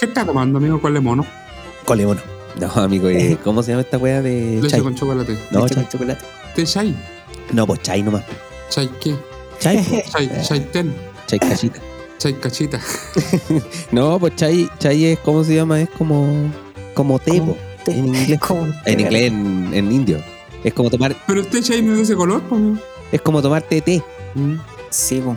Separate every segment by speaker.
Speaker 1: ¿Qué está tomando, amigo? ¿Cuál mono?
Speaker 2: Cole mono. No, amigo, eh, ¿cómo se llama esta weá de
Speaker 1: Leche
Speaker 2: chai?
Speaker 1: con chocolate.
Speaker 2: No, Leche chai. con chocolate.
Speaker 1: ¿Té chai?
Speaker 2: No, pues chai nomás.
Speaker 1: ¿Chai qué?
Speaker 2: Chai, pues. po.
Speaker 1: ¿Chai, chai ten?
Speaker 2: chai cachita.
Speaker 1: ¿Chai cachita?
Speaker 2: No, pues chai, chai es, ¿cómo se llama? Es como, como té,
Speaker 3: Como
Speaker 2: po.
Speaker 3: té.
Speaker 2: En inglés.
Speaker 3: Como-
Speaker 2: En inglés, en, en indio. Es como tomar,
Speaker 1: ¿Pero este chai no es de ese color, po, amigo?
Speaker 2: es como tomarte té.
Speaker 1: Mm.
Speaker 3: Sí, po.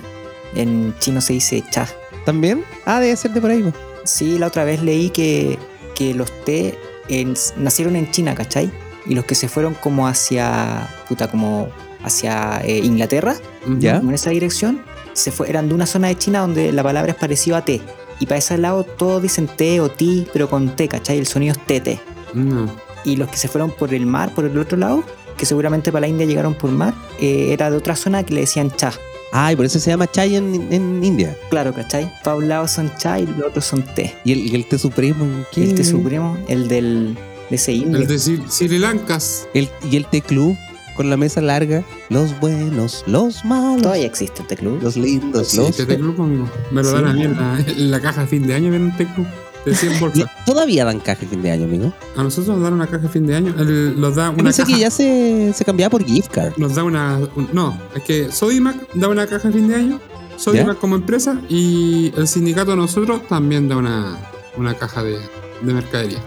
Speaker 3: En chino se dice cha.
Speaker 2: ¿También? Ah, debe ser de por ahí, po.
Speaker 3: Sí, la otra vez leí que, que los té en- nacieron en China, ¿cachai? Y los que se fueron como hacia, puta, como hacia eh, Inglaterra,
Speaker 1: Ujú.
Speaker 2: ¿Ya?
Speaker 3: como en esa dirección, se fue, eran de una zona de China donde la palabra es parecida a té. Y para ese lado todos dicen té o ti, pero con té, ¿cachai? El sonido es tete.
Speaker 1: No.
Speaker 2: Mm.
Speaker 3: Y los que se fueron por el mar, por el otro lado, que seguramente para la India llegaron por mar, eh, era de otra zona que le decían cha.
Speaker 2: Ah, y por eso se llama chai en, en India.
Speaker 3: Claro, ¿cachai? Para un lado son cha y los otros son té.
Speaker 2: ¿Y el, y el té supremo? en ¿Qué?
Speaker 3: El té supremo, el del de ese indio.
Speaker 1: El de Sri, Sri Lankas.
Speaker 2: El- y el té club con la mesa larga. Los buenos, los malos.
Speaker 3: Todavía existe este club.
Speaker 2: Los lindos,
Speaker 1: Sí,
Speaker 2: los.
Speaker 1: este tecluco, amigo. Me lo
Speaker 3: Sí.
Speaker 1: dan a mí en la, en la caja de fin de año, viene un tecluco de 100
Speaker 2: Ni-
Speaker 1: bolsas.
Speaker 2: Todavía dan caja de fin de año, amigo.
Speaker 1: A nosotros nos dan una caja de fin de año. el- nos da
Speaker 2: Yo
Speaker 1: una
Speaker 2: pensé
Speaker 1: caja.
Speaker 2: que ya se, se cambiaba por gift card.
Speaker 1: Nos da una. un- no, es que Sodimac da una caja de fin de año. Sodimac como empresa y el sindicato de nosotros también da una, una caja de, de mercadería.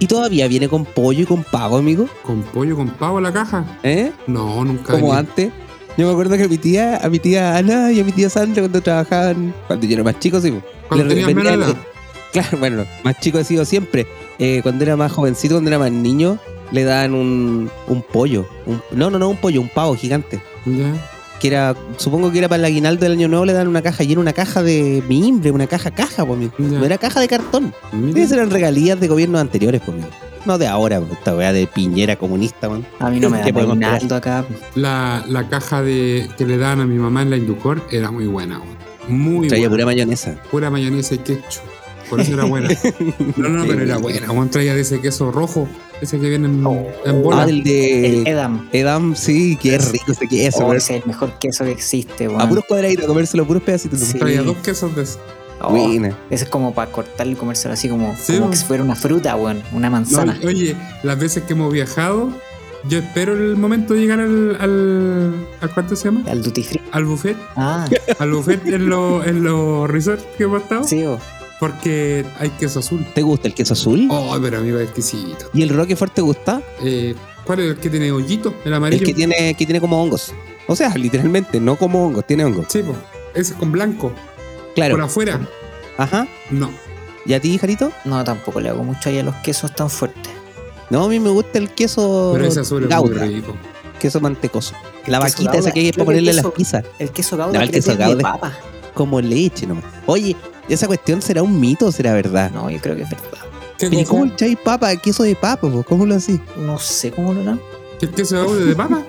Speaker 2: Y todavía viene con pollo y con pago, amigo.
Speaker 1: ¿Con pollo, con pavo la caja?
Speaker 2: ¿Eh?
Speaker 1: No, nunca.
Speaker 2: Como
Speaker 1: venía.
Speaker 2: antes. Yo me acuerdo que a mi tía, a mi tía Ana y a mi tía Sandra cuando trabajaban, cuando yo era más chico, sí.
Speaker 1: Cuando
Speaker 2: le
Speaker 1: tenías menos
Speaker 2: vendían-
Speaker 1: edad.
Speaker 2: Claro, bueno, más chico he sido siempre. Eh, cuando era más jovencito, cuando era más niño, le daban un, un pollo. un- no, no, no, un pollo, un pavo gigante.
Speaker 1: Ya.
Speaker 2: Que era, supongo que era para el aguinaldo del año nuevo, le dan una caja. Y era una caja de mimbre, una caja caja, pues, amigo.
Speaker 1: Ya.
Speaker 2: No era caja de cartón.
Speaker 1: Mira.
Speaker 2: Esas eran regalías de gobiernos anteriores, pues, amigo. No de ahora, pues, esta weá de piñera comunista, man.
Speaker 3: A mí no me
Speaker 2: ¿Qué
Speaker 3: da
Speaker 2: podemos
Speaker 3: Reinaldo acá.
Speaker 1: La, la caja de, que le daban a mi mamá en la Inducor era muy buena. güey. Muy
Speaker 2: Traía
Speaker 1: buena.
Speaker 2: pura mayonesa.
Speaker 1: Pura mayonesa y ketchup. Por eso era buena. No, no,
Speaker 2: Sí,
Speaker 1: pero era
Speaker 2: sí.
Speaker 1: buena. Juan traía de ese queso rojo, ese que viene en,
Speaker 3: Oh.
Speaker 1: en bola.
Speaker 2: Ah, del
Speaker 3: El
Speaker 2: de
Speaker 3: Edam.
Speaker 2: Edam, Eh, sí, qué rico ese queso.
Speaker 3: Oh,
Speaker 2: weón.
Speaker 3: ese es el mejor queso que existe, weón.
Speaker 2: A puros cuadraditos, comérselo a puros pedacitos.
Speaker 3: Sí.
Speaker 1: Traía dos quesos de esos.
Speaker 3: Oh,
Speaker 2: Buena.
Speaker 3: Ese es como para cortarlo y comérselo así como,
Speaker 1: Sí,
Speaker 3: como
Speaker 1: weón.
Speaker 3: que si fuera una fruta, weón. Una
Speaker 1: No,
Speaker 3: manzana.
Speaker 1: oye, las veces que hemos viajado, yo espero el momento de llegar al. al, al- ¿Cuánto se llama?
Speaker 3: Al duty free.
Speaker 1: Al buffet.
Speaker 3: Ah,
Speaker 1: Al buffet en los en los resorts que hemos estado.
Speaker 3: sí, weón.
Speaker 1: Porque hay queso azul.
Speaker 2: ¿Te gusta el queso azul?
Speaker 1: Oh, pero a mí va exquisito.
Speaker 2: ¿Y el Roquefort te gusta?
Speaker 1: Eh, ¿Cuál es el que tiene hoyito? El
Speaker 2: El
Speaker 1: amarillo.
Speaker 2: que tiene, que tiene como hongos. O sea, literalmente, no como hongos, tiene hongos.
Speaker 1: Sí, po. Ese con blanco. Por
Speaker 2: Claro.
Speaker 1: afuera.
Speaker 2: Ajá.
Speaker 1: No.
Speaker 2: ¿Y a ti, Jarito?
Speaker 3: No, tampoco le hago mucho ahí a los quesos tan fuertes.
Speaker 2: No, a mí me gusta el queso
Speaker 1: Pero ese azul es muy
Speaker 2: gauda,
Speaker 1: rico.
Speaker 2: queso mantecoso. La
Speaker 3: queso
Speaker 2: vaquita
Speaker 3: gouda,
Speaker 2: esa que hay
Speaker 3: creo
Speaker 2: para
Speaker 3: que el
Speaker 2: ponerle a las
Speaker 3: queso-
Speaker 2: pizzas.
Speaker 3: El queso gauda
Speaker 2: No, el
Speaker 3: creo que
Speaker 2: queso
Speaker 3: es de
Speaker 2: gouda.
Speaker 3: papa.
Speaker 2: Como leche nomás. Oye, ¿esa cuestión será un mito o será verdad?
Speaker 3: No, yo creo que es verdad.
Speaker 1: ¿Qué
Speaker 2: Pero ¿y
Speaker 1: cosa?
Speaker 2: cómo el chai papa? ¿Queso de papa? po? ¿Cómo lo así?
Speaker 3: No sé cómo lo dan.
Speaker 1: ¿Qué es queso gauda de papa?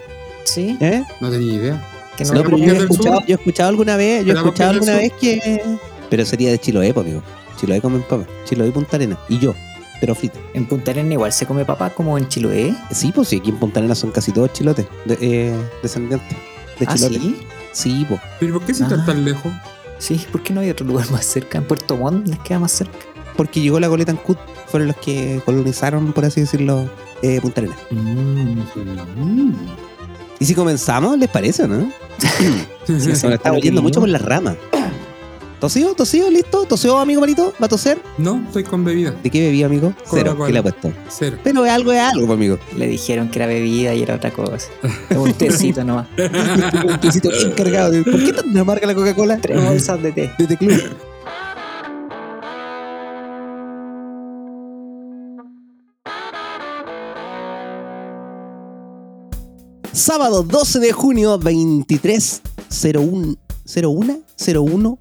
Speaker 3: Sí,
Speaker 2: ¿Eh?
Speaker 1: No tenía idea.
Speaker 3: que
Speaker 2: No,
Speaker 1: ¿Será
Speaker 2: pero
Speaker 1: porque
Speaker 2: yo he
Speaker 1: es del
Speaker 2: escuchado,
Speaker 1: sur?
Speaker 2: yo he escuchado alguna vez, yo he
Speaker 1: ¿Será porque
Speaker 2: escuchado
Speaker 1: es del
Speaker 2: alguna vez que... Pero sería de Chiloé, po, amigo. Chiloé comen papa. Chiloé Punta Arena. Y yo, pero frita.
Speaker 3: En Punta Arenas igual se come papá como en Chiloé.
Speaker 2: Sí, pues sí, aquí en Punta Arenas son casi todos chilotes, de- eh, descendientes de
Speaker 3: ¿Ah,
Speaker 2: chilotes.
Speaker 3: sí?
Speaker 2: Sí, pues.
Speaker 1: ¿Pero por qué si están
Speaker 3: Ah.
Speaker 1: tan lejos?
Speaker 3: Sí, ¿por qué no hay otro lugar más cerca? En Puerto Montt les queda más cerca.
Speaker 2: Porque llegó la goleta Ancud, fueron los que colonizaron, por así decirlo, eh, Punta Arenas.
Speaker 1: Mm.
Speaker 2: Y si comenzamos, ¿les parece o no?
Speaker 3: Sí,
Speaker 2: Se nos está volviendo mucho por las ramas. ¿Toseo? ¿Toseo? ¿Listo? ¿Toseo, amigo Marito? ¿Va a toser?
Speaker 1: No, estoy con bebida.
Speaker 2: ¿De qué bebía, amigo? Cero,
Speaker 1: Coca-Cola.
Speaker 2: ¿qué le ha puesto?
Speaker 1: Cero.
Speaker 2: Pero es algo, es algo, pues, amigo.
Speaker 3: Le dijeron que era bebida y era otra cosa. Un tecito nomás.
Speaker 2: Un quesito bien cargado. de- ¿Por qué tan amarga la Coca-Cola?
Speaker 3: Tres bolsas de té.
Speaker 2: Desde club. Sábado 12 de junio, 23, 01, 01, 01,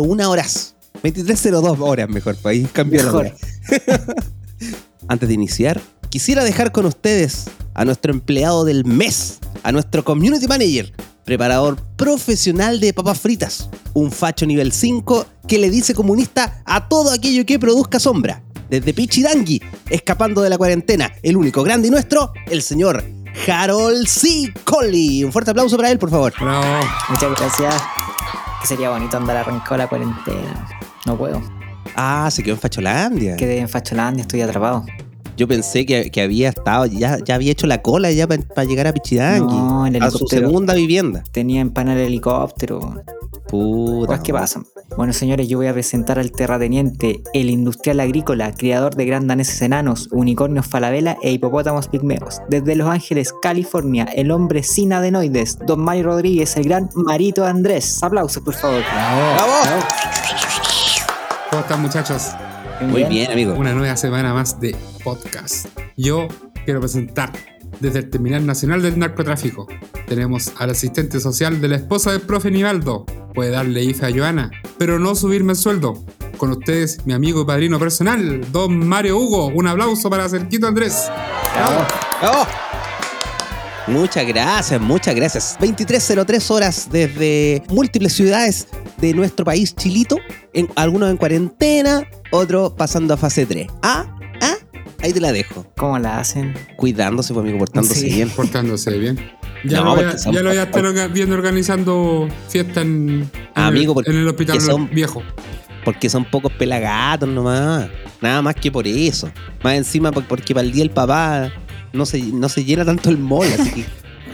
Speaker 2: 01 horas. 23.02 horas, mejor, para ir cambiando la
Speaker 3: Mejor.
Speaker 2: hora. Antes de iniciar, quisiera dejar con ustedes a nuestro empleado del mes, a nuestro community manager, preparador profesional de papas fritas, un facho nivel 5 que le dice comunista a todo aquello que produzca sombra. Desde Pichirangui, escapando de la cuarentena, el único grande y nuestro, el señor Harold C. Colley. Un fuerte aplauso para él, por favor.
Speaker 1: Bravo.
Speaker 3: Muchas gracias. Que sería bonito andar arrancado la cuarentena. No puedo.
Speaker 2: Ah, se quedó en Facholandia.
Speaker 3: Quedé en Facholandia, estoy atrapado.
Speaker 2: Yo pensé que, que había estado, ya, ya había hecho la cola ya para llegar a Pichidangui.
Speaker 3: No, el
Speaker 2: a su
Speaker 3: helicóptero.
Speaker 2: segunda vivienda.
Speaker 3: Tenía empanar el helicóptero.
Speaker 2: Puta.
Speaker 3: Cosas que pasan. Bueno, señores, yo voy a presentar al terrateniente, el industrial agrícola, criador de grandaneses enanos, unicornios falabela e hipopótamos pigmeos. Desde Los Ángeles, California, el hombre sin adenoides, don Mario Rodríguez, el gran Marito Andrés. Aplausos, por favor.
Speaker 2: ¡Bravo!
Speaker 1: ¿Cómo están, muchachos?
Speaker 2: Muy bien, amigo.
Speaker 1: Una nueva semana más de podcast. Yo quiero presentar desde el Terminal Nacional del Narcotráfico. Tenemos al asistente social de la esposa del profe Nivaldo. Puede darle IFE a Joana, pero no subirme el sueldo. Con ustedes, mi amigo y padrino personal, don Mario Hugo. Un aplauso para Cerquito Andrés.
Speaker 2: ¡Bravo! Muchas gracias, muchas gracias. 23.03 horas desde múltiples ciudades de nuestro país, Chilito. En, algunos en cuarentena, otros pasando a fase 3. Ah, ah, ahí te la dejo.
Speaker 3: ¿Cómo la hacen?
Speaker 2: Cuidándose, pues, amigo, portándose
Speaker 3: Sí.
Speaker 2: bien.
Speaker 1: Portándose bien. Ya,
Speaker 2: No,
Speaker 1: lo voy a,
Speaker 2: porque son-
Speaker 1: ya lo voy a estar orga- viendo organizando fiesta en, en
Speaker 2: Amigo,
Speaker 1: el,
Speaker 2: porque
Speaker 1: en el hospital
Speaker 2: son-
Speaker 1: viejo.
Speaker 2: Porque son pocos pelagatos nomás. Nada más que por eso. Más encima por- porque para el día el papá no se, no se llena tanto el mall. Así que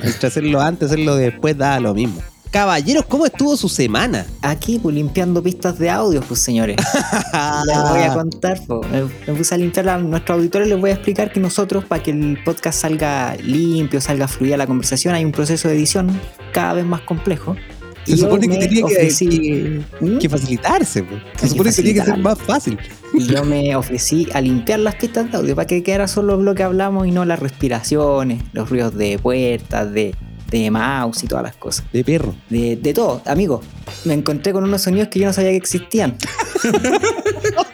Speaker 2: entre hacerlo antes, hacerlo después, da lo mismo. Caballeros, ¿cómo estuvo su semana?
Speaker 3: Aquí, pues, limpiando pistas de audio, pues, señores. Les voy
Speaker 2: Ah.
Speaker 3: a contar, po. me, me puse a limpiar a nuestros auditores, les voy a explicar que nosotros, para que el podcast salga limpio, salga fluida la conversación, hay un proceso de edición cada vez más complejo.
Speaker 2: se
Speaker 3: Y yo
Speaker 2: supone que
Speaker 3: me
Speaker 2: tenía que,
Speaker 3: ofrecí-
Speaker 2: que-
Speaker 3: ¿Mm?
Speaker 2: que facilitarse. po. Se
Speaker 3: que
Speaker 2: supone que tenía que ser
Speaker 3: facilitar.
Speaker 2: más fácil.
Speaker 3: Y yo me ofrecí a limpiar las pistas de audio para que quedara solo lo que hablamos y no las respiraciones, los ruidos de puertas, de, de mouse y todas las cosas.
Speaker 2: De perro.
Speaker 3: De, de todo, amigo. Me encontré con unos sonidos que yo no sabía que existían.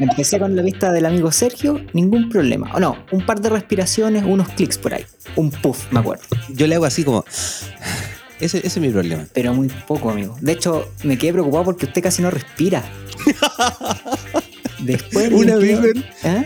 Speaker 3: Empecé con la vista del amigo Sergio, ningún problema. O no, un par de respiraciones, unos clics por ahí. Un puff, me acuerdo.
Speaker 2: Yo le hago así como... Ese, ese es mi problema.
Speaker 3: Pero muy poco, amigo. De hecho, me quedé preocupado porque usted casi no respira. Después.
Speaker 2: Una
Speaker 3: limpié-
Speaker 2: vez,
Speaker 3: ¿Ah?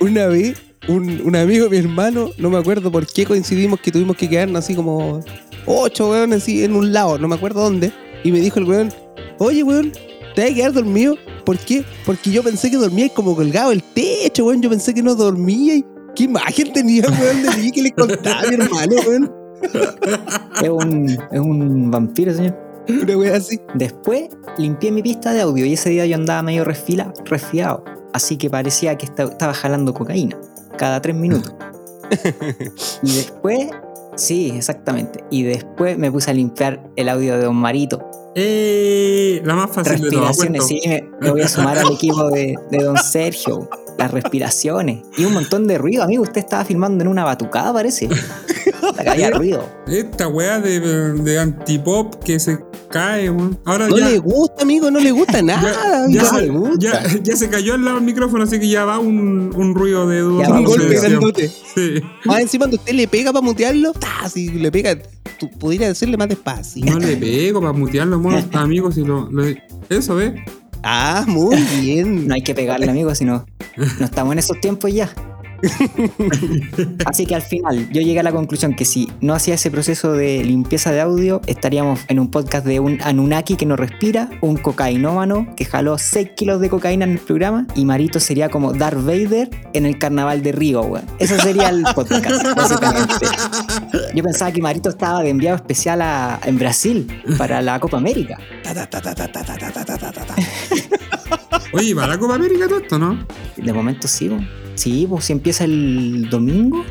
Speaker 2: Una vez, un, un amigo, mi hermano, no me acuerdo por qué coincidimos que tuvimos que quedarnos así como ocho weones así en un lado, no me acuerdo dónde. Y me dijo el weón, oye weón, te vas a quedar dormido. ¿Por qué? Porque yo pensé que dormías como colgado el techo, weón. Yo pensé que no dormíais. ¿Qué imagen tenía, weón, de mí que le contaba a mi hermano, weón?
Speaker 3: Es un, es un vampiro, señor.
Speaker 2: Una weón así.
Speaker 3: Después limpié mi pista de audio y ese día yo andaba medio resfila, resfriado. Así que parecía que esta- estaba jalando cocaína cada tres minutos. y después, sí, exactamente. Y después me puse a limpiar el audio de Don Marito.
Speaker 1: ¡Eh! La más fácil de todas.
Speaker 3: Respiraciones, sí, me, me voy a sumar al equipo de, de Don Sergio. Las respiraciones y un montón de ruido, amigo. Usted estaba filmando en una batucada, parece. Acá había ruido.
Speaker 1: Esta weá de, de antipop que se cae, weón. Ahora
Speaker 2: No
Speaker 1: Ah, ya,
Speaker 2: le gusta, amigo, no le gusta nada.
Speaker 1: ya,
Speaker 2: no
Speaker 1: se,
Speaker 2: le gusta.
Speaker 1: ya- ya se cayó al lado del micrófono, así que ya va un, un ruido de duda.
Speaker 3: Ya va
Speaker 2: un golpe
Speaker 3: Obsesión.
Speaker 2: grandote.
Speaker 1: Sí.
Speaker 2: Más encima cuando usted le pega para mutearlo, ¡ta! si le pega, tú pudieras decirle más despacio.
Speaker 1: No le pego para mutearlo, monos amigos. Y lo, lo- eso, ¿ves?
Speaker 2: Ah, muy bien.
Speaker 3: No hay que pegarle, amigo, sino no estamos en esos tiempos ya. Así que al final yo llegué a la conclusión que si no hacía ese proceso de limpieza de audio, estaríamos en un podcast de un Anunnaki que no respira, un cocainómano que jaló 6 kilos de cocaína en el programa y Marito sería como Darth Vader en el carnaval de Río, weón. Eso sería el podcast, básicamente. Yo pensaba que Marito estaba de enviado especial a- en Brasil para la Copa América.
Speaker 2: Ta, ta, ta, ta, ta, ta, ta, ta, ta, ta, ta, ta.
Speaker 1: Oye, ¿y ¿para la Copa América todo esto, no?
Speaker 3: De momento sí, po. Sí, pues si empieza el domingo,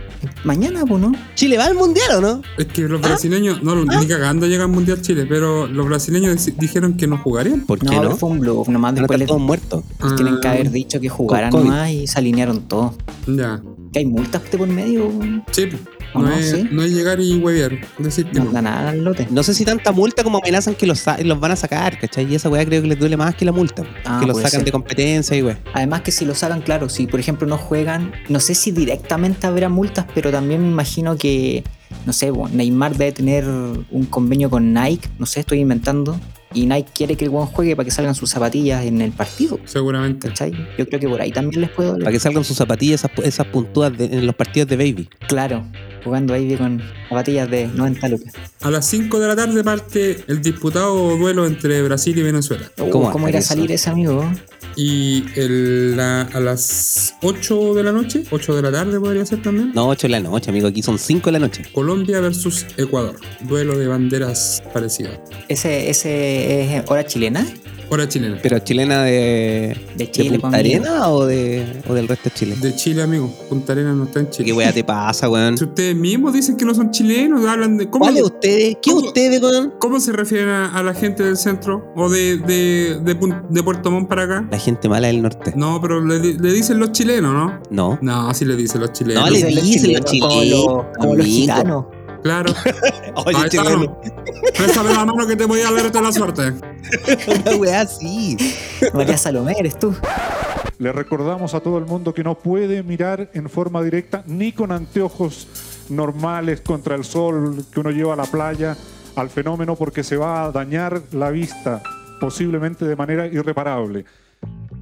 Speaker 3: mañana, pues, ¿no?
Speaker 2: Chile va al mundial o no?
Speaker 1: Es que los brasileños, no, ni cagando llegan al Mundial Chile, pero los brasileños deci- dijeron que no jugarían.
Speaker 2: ¿Por
Speaker 3: No, fue un blog, nomás
Speaker 2: Van a
Speaker 3: después
Speaker 2: estar
Speaker 3: les,
Speaker 2: todos muertos.
Speaker 3: les tienen que
Speaker 1: Ah,
Speaker 3: haber dicho que jugaran
Speaker 2: COVID.
Speaker 3: más y se alinearon todos.
Speaker 1: Ya.
Speaker 3: Que hay multas de por medio, po.
Speaker 1: Sí,
Speaker 3: ¿O
Speaker 1: no,
Speaker 3: no?
Speaker 1: es,
Speaker 3: ¿Sí?
Speaker 1: no es llegar y huevear. Decir que
Speaker 3: no
Speaker 1: no.
Speaker 3: da nada al lote.
Speaker 2: No sé si tanta multa como amenazan que los, sa- los van a sacar, ¿cachai? Y esa weá creo que les duele más que la multa.
Speaker 3: Ah,
Speaker 2: que los
Speaker 3: puede
Speaker 2: sacan
Speaker 3: ser.
Speaker 2: de competencia y weá.
Speaker 3: Además que si lo sacan, claro, si por ejemplo no juegan, no sé si directamente habrá multas, pero también me imagino que, no sé, bueno, Neymar debe tener un convenio con Nike, no sé, estoy inventando, y Nike quiere que el buen juegue para que salgan sus zapatillas en el partido,
Speaker 1: Seguramente.
Speaker 3: ¿cachai? Yo creo que por ahí también les puedo...
Speaker 2: Para que salgan sus zapatillas, esas, esas puntúas de- en los partidos de baby.
Speaker 3: Claro, jugando ahí con zapatillas de 90 lucas.
Speaker 1: A las 5 de la tarde parte el disputado duelo entre Brasil y Venezuela.
Speaker 3: Uh,
Speaker 2: ¿Cómo
Speaker 3: ¿Cómo,
Speaker 2: hacer
Speaker 3: irá a
Speaker 2: eso?
Speaker 3: salir ese amigo?
Speaker 1: Y el- la- a las 8 de la noche, 8 de la tarde podría ser también.
Speaker 2: No, 8 de la noche, amigo. Aquí son 5 de la noche.
Speaker 1: Colombia versus Ecuador. Duelo de banderas parecidas.
Speaker 3: ¿Ese, ese es hora chilena?
Speaker 1: Hora chilena.
Speaker 2: ¿Pero chilena de,
Speaker 3: De
Speaker 2: de
Speaker 3: Chile,
Speaker 2: Punta
Speaker 3: pues, amigo.
Speaker 2: Arena o, de, o del resto de Chile?
Speaker 1: De Chile, amigo. Punta Arenas no está en Chile.
Speaker 2: ¿Qué weá te pasa, weón?
Speaker 1: Si ustedes mismos dicen que no son chilenos, hablan de. ¿Cómo,
Speaker 2: ¿Cuál de ustedes? ¿Qué
Speaker 1: ¿Cómo?
Speaker 2: ustedes, weón?
Speaker 1: cómo se refieren a, a la gente del centro? ¿O de, de, de, Pun- de Puerto Montt para acá?
Speaker 2: La gente mala del norte.
Speaker 1: No, pero le, di- le dicen los chilenos, ¿no?
Speaker 2: No.
Speaker 1: No, así le dicen los chilenos.
Speaker 2: No, le dicen los
Speaker 3: como
Speaker 2: chilenos,
Speaker 3: los- como los
Speaker 2: amigo.
Speaker 3: gitanos.
Speaker 1: Claro.
Speaker 2: Oye, este
Speaker 1: Ahí está,
Speaker 2: chileno.
Speaker 1: Ah, ¿no? Préstame la mano que te voy a dar toda la suerte.
Speaker 2: Una weá así.
Speaker 3: María Salomé, eres tú.
Speaker 4: Le recordamos a todo el mundo que no puede mirar en forma directa ni con anteojos normales contra el sol que uno lleva a la playa al fenómeno porque se va a dañar la vista, posiblemente de manera irreparable.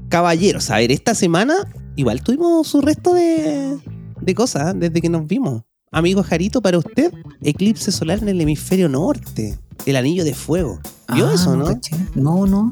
Speaker 2: Caballeros, a ver, esta semana igual tuvimos su resto de, de cosas ¿eh? desde que nos vimos. Amigo Jarito, para usted, eclipse solar en el hemisferio norte, el anillo de fuego. ¿Vio
Speaker 3: Ah,
Speaker 2: eso, no?
Speaker 3: caché. No, no.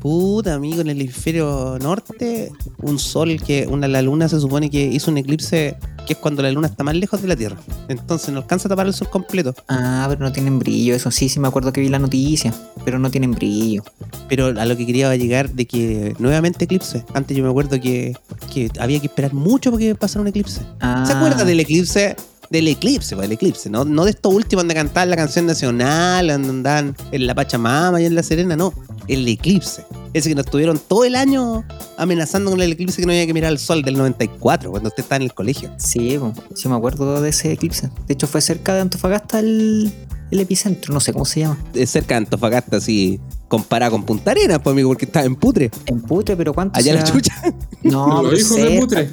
Speaker 2: Puta, amigo, en el hemisferio norte, un sol que una, la luna se supone que hizo un eclipse que es cuando la luna está más lejos de la Tierra. Entonces no alcanza a tapar el sol completo.
Speaker 3: Ah, pero no tienen brillo. Eso sí, sí me acuerdo que vi la noticia. Pero no tienen brillo.
Speaker 2: Pero a lo que quería llegar de que nuevamente eclipse. Antes yo me acuerdo que, que había que esperar mucho porque pasara un eclipse.
Speaker 3: Ah,
Speaker 2: ¿Se acuerda del eclipse? Del eclipse, pues, del eclipse, ¿no? No de estos últimos donde cantaban la canción nacional, donde andaban en la Pachamama y en la Serena, no. El eclipse. Ese que nos tuvieron todo el año amenazando con el eclipse que no había que mirar al sol del 94, cuando usted estaba en el colegio.
Speaker 3: Sí, po, sí me acuerdo de ese eclipse. De hecho, fue cerca de Antofagasta el, el epicentro. No sé cómo se llama.
Speaker 2: Eh, Cerca de Antofagasta, así, comparado con Punta Arenas, pues, amigo, porque estaba en Putre.
Speaker 3: En Putre, pero ¿cuánto?
Speaker 2: Allá
Speaker 3: será?
Speaker 2: la chucha.
Speaker 3: No,
Speaker 1: los
Speaker 3: pero
Speaker 1: hijos de
Speaker 3: cerca.
Speaker 1: putre.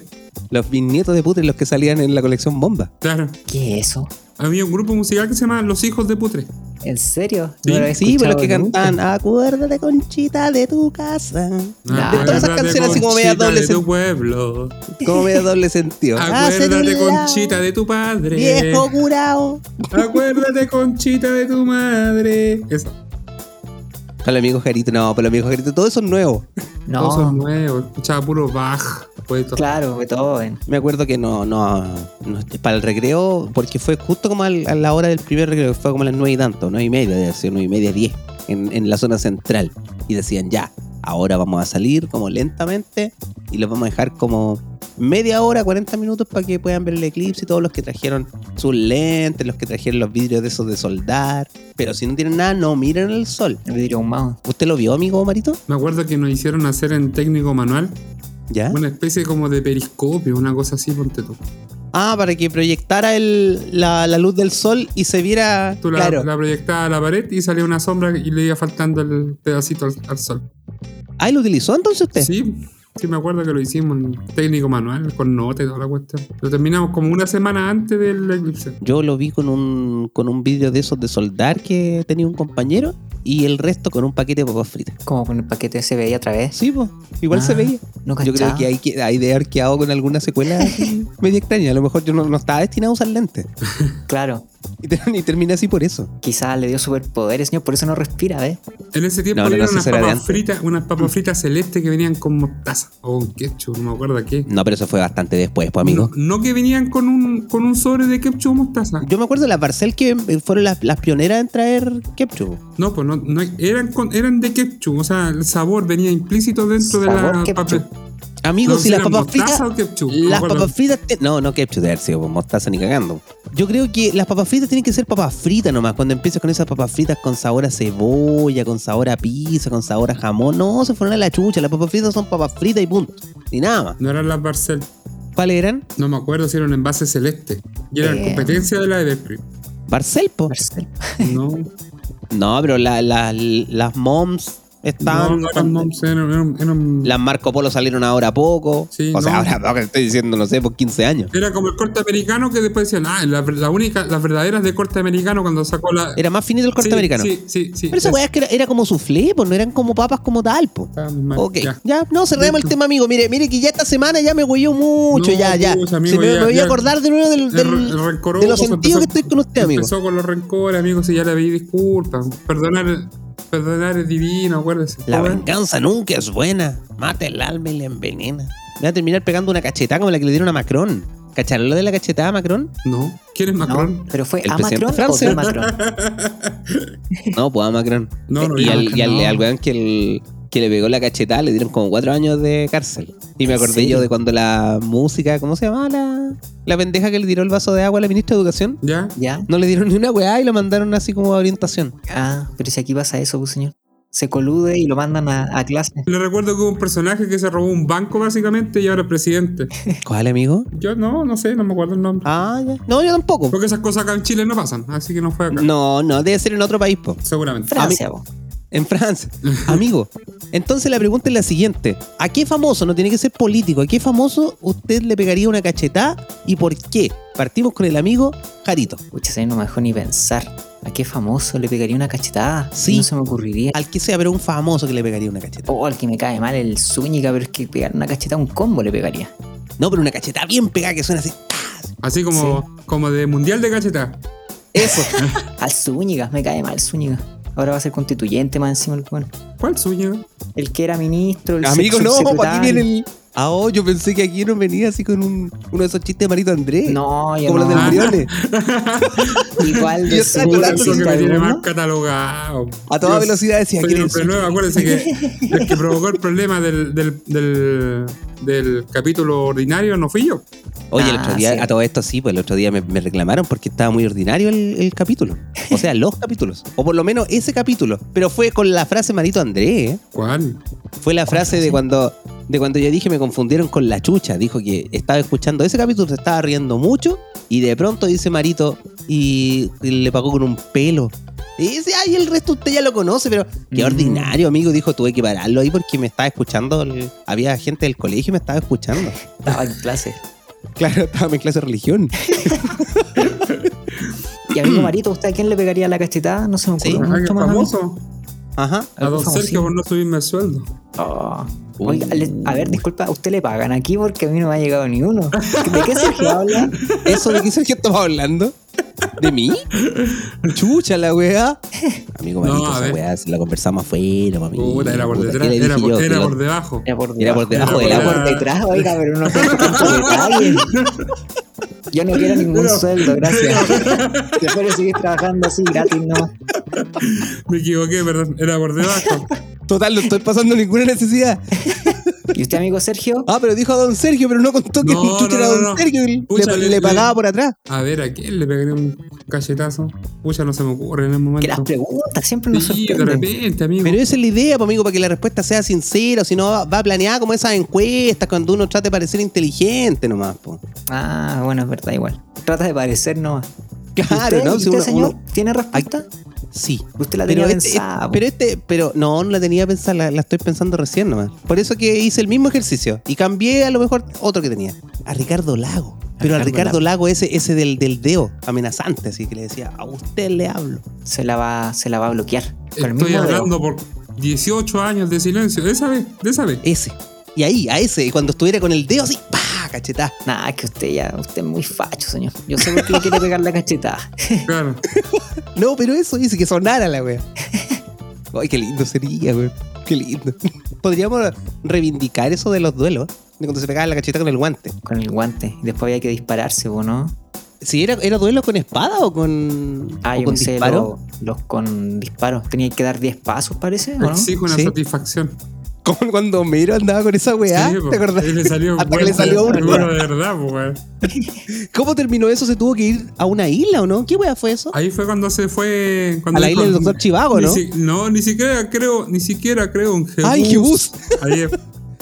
Speaker 2: Los bisnietos de Putre, los que salían en la colección Bomba.
Speaker 1: Claro.
Speaker 3: ¿Qué es eso?
Speaker 1: Había un grupo musical que se llama Los Hijos de Putre.
Speaker 3: ¿En serio?
Speaker 1: Sí,
Speaker 3: lo he
Speaker 2: Sí, pero los
Speaker 3: escuchado
Speaker 2: que
Speaker 3: nunca.
Speaker 2: cantaban, acuérdate, conchita, de tu casa.
Speaker 3: Ah,
Speaker 1: Acuérdate,
Speaker 2: todas esas canciones así como media
Speaker 1: Conchita,
Speaker 2: doble
Speaker 1: de tu pueblo.
Speaker 2: Como medio doble sentido. Hacer un
Speaker 1: Acuérdate,
Speaker 2: lado,
Speaker 1: Conchita, de tu padre.
Speaker 2: Viejo curado.
Speaker 1: Acuérdate, Conchita, de tu madre. Eso.
Speaker 2: Para el amigo Jarito, no, para el amigo Jarito, todo eso es nuevo.
Speaker 1: Todo eso es
Speaker 3: No,
Speaker 1: nuevo. Escuchaba puro Bach. Pues esto.
Speaker 3: claro, Beethoven.
Speaker 2: Me acuerdo que no, no, no, para el recreo, porque fue justo como al- a la hora del primer recreo, que fue como a las nueve y tanto, nueve y media, debe ser nueve y media, diez, en, en la zona central. Y decían, ya, ahora vamos a salir como lentamente y los vamos a dejar como media hora, 40 minutos para que puedan ver el eclipse y todos los que trajeron sus lentes, los que trajeron los vidrios de esos de soldar. Pero si no tienen nada, no miren el sol.
Speaker 3: El vidrio ahumado.
Speaker 2: ¿Usted lo vio, amigo Marito?
Speaker 1: Me acuerdo que nos hicieron hacer en técnico manual
Speaker 2: ¿Ya?
Speaker 1: una especie como de periscopio, una cosa así, ponte tú.
Speaker 2: Ah, para que proyectara el- la, la luz del sol y se viera.
Speaker 1: Tú la,
Speaker 2: claro.
Speaker 1: la proyectabas a la pared y salía una sombra y le iba faltando el pedacito al, al sol.
Speaker 2: Ah, ¿lo utilizó entonces usted?
Speaker 1: Sí, sí me acuerdo que lo hicimos en técnico manual, con nota y toda la cuestión. Lo terminamos como una semana antes del eclipse.
Speaker 2: Yo lo vi con un, con un vídeo de esos de soldar que tenía un compañero y el resto con un paquete de papas fritas.
Speaker 3: Como con el paquete se veía a través.
Speaker 2: Sí, pues. Igual se
Speaker 3: Ah,
Speaker 2: veía.
Speaker 3: No
Speaker 2: Yo creo
Speaker 3: cachaba.
Speaker 2: que hay, que hay de haber quedado con alguna secuela así media extraña. A lo mejor yo no, no estaba destinado a usar lentes.
Speaker 3: Claro.
Speaker 2: Y, ter- y terminé así por eso.
Speaker 3: Quizás le dio superpoderes, señor, por eso no respira, ¿ves?
Speaker 1: En ese tiempo
Speaker 2: No, no,
Speaker 1: eran
Speaker 2: no,
Speaker 1: unas
Speaker 2: eso era de
Speaker 1: papas
Speaker 2: antes. Mm.
Speaker 1: fritas, unas papas fritas celestes que venían con mostaza o con ketchup, no me acuerdo qué.
Speaker 2: No, pero eso fue bastante después, pues, amigo.
Speaker 1: No, no que venían con un, con un sobre de ketchup o mostaza.
Speaker 2: Yo me acuerdo de la parcel que eh, fueron las, las pioneras en traer ketchup.
Speaker 1: No, pues no, no- eran, con- eran de ketchup, o sea, el sabor venía implícito dentro de
Speaker 3: Sabor
Speaker 1: la
Speaker 3: ketchup.
Speaker 1: papel.
Speaker 2: Amigos,
Speaker 1: No
Speaker 2: si
Speaker 1: sé,
Speaker 2: las
Speaker 1: ¿eran
Speaker 2: papas
Speaker 1: mostaza
Speaker 2: fritas
Speaker 1: o ketchup? No me
Speaker 2: Las
Speaker 1: acuerdo.
Speaker 2: papas fritas. te- No, no ketchup de haber sido pues, mostaza ni cagando. Yo creo que las papas fritas tienen que ser papas fritas nomás. Cuando empiezas con esas papas fritas con sabor a cebolla, con sabor a pizza, con sabor a jamón. No, se fueron a la chucha. Las papas fritas son papas fritas y punto. Ni nada más.
Speaker 1: No eran las Barcel.
Speaker 2: ¿Cuáles eran?
Speaker 1: No me acuerdo si eran envase celeste. Y eran
Speaker 3: Eh.
Speaker 1: competencia de la Evercream.
Speaker 2: Barcelpo.
Speaker 3: Marcel.
Speaker 1: No.
Speaker 2: No, pero la- la- las moms Están.
Speaker 1: no, no, no, no, sí, era un- era un- era un-
Speaker 2: Las Marco Polo salieron ahora a poco.
Speaker 1: Sí,
Speaker 2: o sea,
Speaker 1: no.
Speaker 2: ahora poco, estoy diciendo, no sé, por 15 años.
Speaker 1: Era como el corte americano que después decían, ah, la, la única, las verdaderas de corte americano cuando sacó la.
Speaker 2: Era más finito el corte
Speaker 1: Sí,
Speaker 2: americano.
Speaker 1: Sí, sí, sí.
Speaker 2: Pero esa
Speaker 1: Es-
Speaker 2: weá es que era, era como soufflé, pues no eran como papas como tal, pues.
Speaker 1: está mal,
Speaker 2: Ok, ya.
Speaker 1: ya.
Speaker 2: no, cerremos el tema, amigo. Mire, mire que ya esta semana ya me huelló mucho,
Speaker 1: No,
Speaker 2: ya, ya.
Speaker 1: pues,
Speaker 2: Se
Speaker 1: amigo,
Speaker 2: me,
Speaker 1: ya,
Speaker 2: me voy
Speaker 1: ya.
Speaker 2: a acordar de nuevo del,
Speaker 1: El
Speaker 2: del-
Speaker 1: re- el rencoroso
Speaker 2: de los sentidos que
Speaker 1: empezó-
Speaker 2: estoy con usted, amigo.
Speaker 1: Empezó con los rencores, amigos, y ya le pedí disculpas. Perdonar, perdonar es divino, acuérdese.
Speaker 2: La
Speaker 1: ¿Cómo es?
Speaker 2: venganza nunca es buena. Mata el alma y la envenena. Me va a terminar pegando una cachetada como la que le dieron a Macron. ¿Cacharon lo de la cachetada a Macron?
Speaker 1: No. ¿Quién es Macron?
Speaker 3: No, pero fue
Speaker 2: Ah, El
Speaker 3: a
Speaker 2: presidente de
Speaker 3: Macron o
Speaker 2: Francia.
Speaker 3: de Macron.
Speaker 2: No, pues a Macron.
Speaker 1: No, no,
Speaker 2: y
Speaker 1: no,
Speaker 2: al,
Speaker 1: Macron,
Speaker 2: y al-
Speaker 1: no.
Speaker 2: al weón que, el- que le pegó la cachetada le dieron como cuatro años de cárcel. Y me
Speaker 3: ¿En
Speaker 2: acordé
Speaker 3: serio?
Speaker 2: yo de cuando la música, ¿cómo se llamaba? La, la pendeja que le tiró el vaso de agua a la ministra de Educación.
Speaker 1: ¿Ya?
Speaker 3: ¿Ya?
Speaker 2: No le dieron ni una weá y lo mandaron así como a orientación.
Speaker 3: Ah, pero si aquí pasa eso, pues señor. Se colude y lo mandan a, a clase.
Speaker 1: Le recuerdo que hubo un personaje que se robó un banco, básicamente, y ahora es presidente.
Speaker 2: ¿Cuál, amigo?
Speaker 1: Yo no, no sé, no me acuerdo el nombre.
Speaker 2: Ah, ya. No, yo tampoco.
Speaker 1: Porque esas cosas acá en Chile no pasan, así que no fue acá.
Speaker 2: No, no, debe ser en otro país, po.
Speaker 1: Seguramente.
Speaker 3: Francia, po.
Speaker 2: En Francia. Amigo, entonces la pregunta es la siguiente. ¿A qué famoso, no tiene que ser político, a qué famoso usted le pegaría una cachetada y por qué? Partimos con el amigo Jarito.
Speaker 3: Pucha, se no me dejó ni pensar. ¿A qué famoso le pegaría una cachetada?
Speaker 2: Sí.
Speaker 3: No se me ocurriría.
Speaker 2: Al que sea, pero un famoso que le pegaría una cachetada.
Speaker 3: Oh, al que me cae mal el Zúñiga, pero es que pegar una cachetada, un combo le pegaría.
Speaker 2: No, pero una cachetada bien pegada que suena así.
Speaker 1: Así como, como de Mundial de Cacheta.
Speaker 2: Eso.
Speaker 3: Al Zúñiga, me cae mal Zúñiga. Ahora va a ser constituyente más encima el bueno.
Speaker 1: ¿Cuál sueño?
Speaker 3: El que era ministro, el
Speaker 2: amigo,
Speaker 3: sub-
Speaker 2: no, pues
Speaker 3: subsecretario.
Speaker 2: aquí viene el... Ah, oh, yo pensé que aquí no venía así con un- uno de esos chistes de Marito Andrés.
Speaker 3: No, yo
Speaker 2: Como los
Speaker 3: no.
Speaker 2: de Briones.
Speaker 3: Igual
Speaker 2: Yo
Speaker 3: de Zúñiga
Speaker 2: estaba hablando
Speaker 1: lo que
Speaker 3: existe
Speaker 1: me tiene
Speaker 3: alguno.
Speaker 1: más catalogado.
Speaker 2: A toda
Speaker 1: Yo
Speaker 2: velocidad decía
Speaker 1: soy un
Speaker 2: que era el
Speaker 1: hombre
Speaker 2: sueño.
Speaker 1: nuevo, acuérdense que el que provocó el problema del, del, del, del capítulo ordinario no fui yo.
Speaker 2: Oye, el
Speaker 3: Ah,
Speaker 2: otro día,
Speaker 3: sí.
Speaker 2: a todo esto sí, pues el otro día me, me reclamaron porque estaba muy ordinario el, el capítulo. O sea, los capítulos. O por lo menos ese capítulo. Pero fue con la frase Marito Andrés. ¿eh?
Speaker 1: ¿Cuál?
Speaker 2: Fue la frase de cuando, de cuando yo dije me confundieron con la chucha. Dijo que estaba escuchando ese capítulo, se estaba riendo mucho. Y de pronto dice Marito y, y le pagó con un pelo. Y dice, ay, el resto usted ya lo conoce, pero qué
Speaker 1: Mm.
Speaker 2: ordinario, amigo. Dijo, tuve que pararlo ahí porque me estaba escuchando. el- había gente del colegio y me estaba escuchando.
Speaker 3: Estaba en clase.
Speaker 2: Claro, estaba en clase de religión.
Speaker 3: Y amigo Marito, ¿usted a quién le pegaría la cachetada? No se me
Speaker 2: Sí.
Speaker 3: ocurre.
Speaker 1: ¿Alguien
Speaker 3: mucho más a mí.
Speaker 1: Ah, famoso?
Speaker 2: Ajá.
Speaker 1: A don
Speaker 3: famosillo.
Speaker 1: Sergio por no subirme el sueldo.
Speaker 3: Oh. Oiga,
Speaker 2: Uh.
Speaker 3: le- a ver, disculpa, ¿a usted le pagan aquí? Porque a mí no me ha llegado ni uno. ¿De qué Sergio habla?
Speaker 2: ¿Eso de qué Sergio estaba hablando? ¿De mí? Chucha la weá. Amigo
Speaker 1: No,
Speaker 2: Marito,
Speaker 1: a
Speaker 2: esa
Speaker 1: ver.
Speaker 2: weá se la conversamos afuera, mami.
Speaker 1: Puta, era por
Speaker 2: Puta,
Speaker 1: detrás,
Speaker 2: ¿qué le Eh.
Speaker 1: era
Speaker 2: dije
Speaker 1: por,
Speaker 2: yo?
Speaker 1: era
Speaker 2: ¿Qué le-
Speaker 1: por debajo.
Speaker 3: Era por
Speaker 2: Era por debajo
Speaker 1: del
Speaker 3: Era
Speaker 1: agua.
Speaker 3: por Ah, detrás, oiga, pero no tengo tanto detalle. Yo no quiero ningún
Speaker 1: Pero-
Speaker 3: sueldo, gracias. Prefiero seguir trabajando así gratis nomás.
Speaker 1: Me equivoqué, perdón. Era por debajo.
Speaker 2: Total, no estoy pasando ninguna necesidad.
Speaker 3: ¿Y usted, amigo Sergio?
Speaker 2: Ah, pero dijo a don Sergio, pero no contó que
Speaker 1: No,
Speaker 2: el
Speaker 1: no,
Speaker 2: chucha era
Speaker 1: no,
Speaker 2: don
Speaker 1: no.
Speaker 2: Sergio y
Speaker 1: Pucha,
Speaker 2: le,
Speaker 1: le-
Speaker 2: le pagaba
Speaker 1: le-
Speaker 2: por atrás.
Speaker 1: A ver, ¿a quién le pegaría un cachetazo? Pucha, no se me ocurre en el momento.
Speaker 3: Que las preguntas siempre nos
Speaker 1: Sí, de
Speaker 3: sorprenden.
Speaker 1: repente, amigo.
Speaker 2: Pero esa es la idea, pues, amigo, para que la respuesta sea sincera, o si no va- va planeada como esas encuestas cuando uno trata de parecer inteligente nomás, po.
Speaker 3: Ah, bueno, es verdad, igual. Trata de parecer nomás.
Speaker 2: Claro,
Speaker 3: ¿Usted,
Speaker 2: ¿no?
Speaker 3: ¿y
Speaker 2: Si
Speaker 3: usted,
Speaker 2: uno-
Speaker 3: señor,
Speaker 2: uno-
Speaker 3: tiene respuesta?
Speaker 2: Sí.
Speaker 3: Usted la
Speaker 2: Pero
Speaker 3: tenía
Speaker 2: este,
Speaker 3: pensada.
Speaker 2: este- pero este, pero no, no la tenía pensada, la, la estoy pensando recién nomás. Por eso que hice el mismo ejercicio y cambié a lo mejor otro que tenía, a Ricardo Lago. Pero a
Speaker 3: Ricardo
Speaker 2: Ricardo Lago, ese, ese del, del deo amenazante, así que le decía, a usted le hablo.
Speaker 3: se, la va, se la va a bloquear. Con el
Speaker 1: Estoy
Speaker 3: mismo dedo.
Speaker 1: hablando por 18 años de silencio. De esa vez, de esa vez.
Speaker 2: Ese. Y ahí, a ese, y cuando estuviera con el deo así, pa, cachetá.
Speaker 3: Nah, es que usted ya, usted es muy facho, señor. Yo sé por qué le quiere pegar la cachetada.
Speaker 2: Eh,
Speaker 1: Claro.
Speaker 2: No, pero eso dice que sonara la wea. Ay, qué lindo sería, weón. Qué lindo. Podríamos reivindicar eso de los duelos, de cuando se pegaba la cacheta con el guante.
Speaker 3: Con el guante. Después había que dispararse, ¿o no?
Speaker 2: Si era, era duelo con espada o con,
Speaker 3: Ah,
Speaker 2: o
Speaker 3: yo
Speaker 2: con
Speaker 3: pensé
Speaker 2: disparo.
Speaker 3: lo- los con disparos. Tenía que dar 10 pasos, parece, ¿o no?
Speaker 1: Exijo una
Speaker 2: Sí.
Speaker 1: satisfacción.
Speaker 2: Como cuando Homero andaba con esa weá,
Speaker 1: Sí, po.
Speaker 2: ¿te acordás?
Speaker 1: Ahí le salió
Speaker 2: Hasta que le
Speaker 1: bueno,
Speaker 2: salió uno.
Speaker 1: bueno de verdad, po, weón.
Speaker 2: ¿Cómo terminó eso? ¿Se tuvo que ir a una isla o no? ¿Qué weá fue eso?
Speaker 1: Ahí fue cuando se fue. Cuando
Speaker 2: A la
Speaker 1: dijo-
Speaker 2: isla del doctor Chivago,
Speaker 1: ni
Speaker 2: ¿no?
Speaker 1: si- no, ni siquiera creo, ni siquiera creo en Jebus.
Speaker 2: ¡Ay, Jebus!
Speaker 1: Ahí es-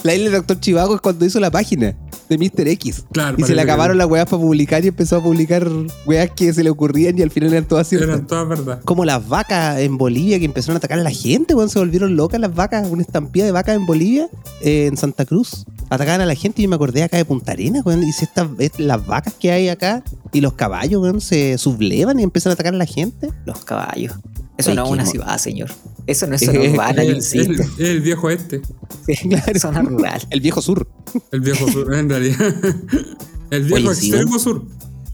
Speaker 2: La isla del Doctor Chivago es cuando hizo la página. de Mr. X.
Speaker 1: Claro,
Speaker 2: y se
Speaker 1: parece
Speaker 2: le
Speaker 1: que
Speaker 2: acabaron las weas para publicar y empezó a publicar weas que se le ocurrían y al final eran todas ciertas.
Speaker 1: Era toda verdad.
Speaker 2: Como las vacas en Bolivia que empezaron a atacar a la gente, weón. Se volvieron locas las vacas. Una estampida de vacas en Bolivia, eh, en Santa Cruz. Atacaban a la gente y me acordé acá de Punta Arenas, weón. Y si estas, es- las vacas que hay acá y los caballos, weón, se sublevan y empiezan a atacar a la gente.
Speaker 3: Los caballos. Eso
Speaker 2: Oye,
Speaker 3: no es
Speaker 2: qué
Speaker 3: una
Speaker 2: mo-
Speaker 3: ciudad, señor. Eso no es zona
Speaker 2: Eh,
Speaker 3: urbana, yo
Speaker 1: Es el,
Speaker 3: insisto.
Speaker 1: es el viejo este.
Speaker 2: claro.
Speaker 3: Zona rural.
Speaker 2: El viejo sur.
Speaker 1: El viejo sur, en realidad. El viejo
Speaker 2: Oye, sí,
Speaker 1: extremo sur.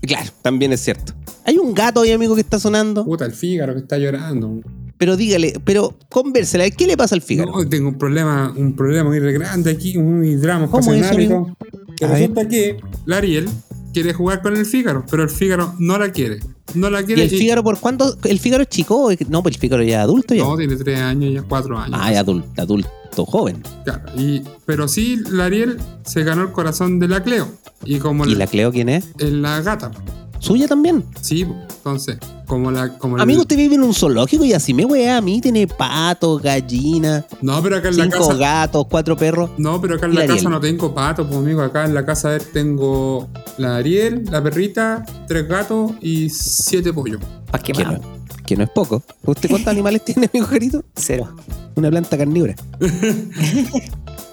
Speaker 2: Claro, también es cierto. Hay un gato ahí, amigo, que está sonando.
Speaker 1: Puta, el Fígaro que está llorando.
Speaker 2: Pero dígale, pero convérsela. ¿Qué le pasa al Fígaro?
Speaker 1: No, tengo un problema, un problema muy grande aquí, un drama
Speaker 2: ¿Cómo es,
Speaker 1: pasionático. Que
Speaker 2: A ver.
Speaker 1: resulta que la Ariel quiere jugar con el Fígaro, pero el Fígaro no la quiere. No la
Speaker 2: ¿Y
Speaker 1: quiere.
Speaker 2: el Fígaro por cuánto? ¿El Fígaro es chico? No, pues el Fígaro ya es adulto ya.
Speaker 1: No, tiene tres años, ya cuatro años.
Speaker 2: ah, es adulto, adulto joven.
Speaker 1: Claro, y- pero sí, la Ariel se ganó el corazón de la Cleo. Y como
Speaker 2: ¿Y la Cleo quién es?
Speaker 1: en la gata.
Speaker 2: ¿Suya también?
Speaker 1: Sí, po. entonces, como la. Como el-
Speaker 2: Amigo, usted vive en un zoológico y así me weá a mí. Tiene patos, gallinas,
Speaker 1: no, pero acá en la
Speaker 2: cinco
Speaker 1: casa.
Speaker 2: gatos, cuatro perros.
Speaker 1: No, pero acá en
Speaker 2: Y
Speaker 1: la
Speaker 2: Ariel.
Speaker 1: casa no tengo pato, pues amigo. Acá en la casa a ver, tengo la Ariel, la perrita, tres gatos y siete pollos.
Speaker 3: ¿Para qué
Speaker 2: Que
Speaker 3: más?
Speaker 2: no, que no es poco. ¿Usted cuántos animales tiene, amigo Jarito?
Speaker 3: Cero.
Speaker 2: Una planta carnívora.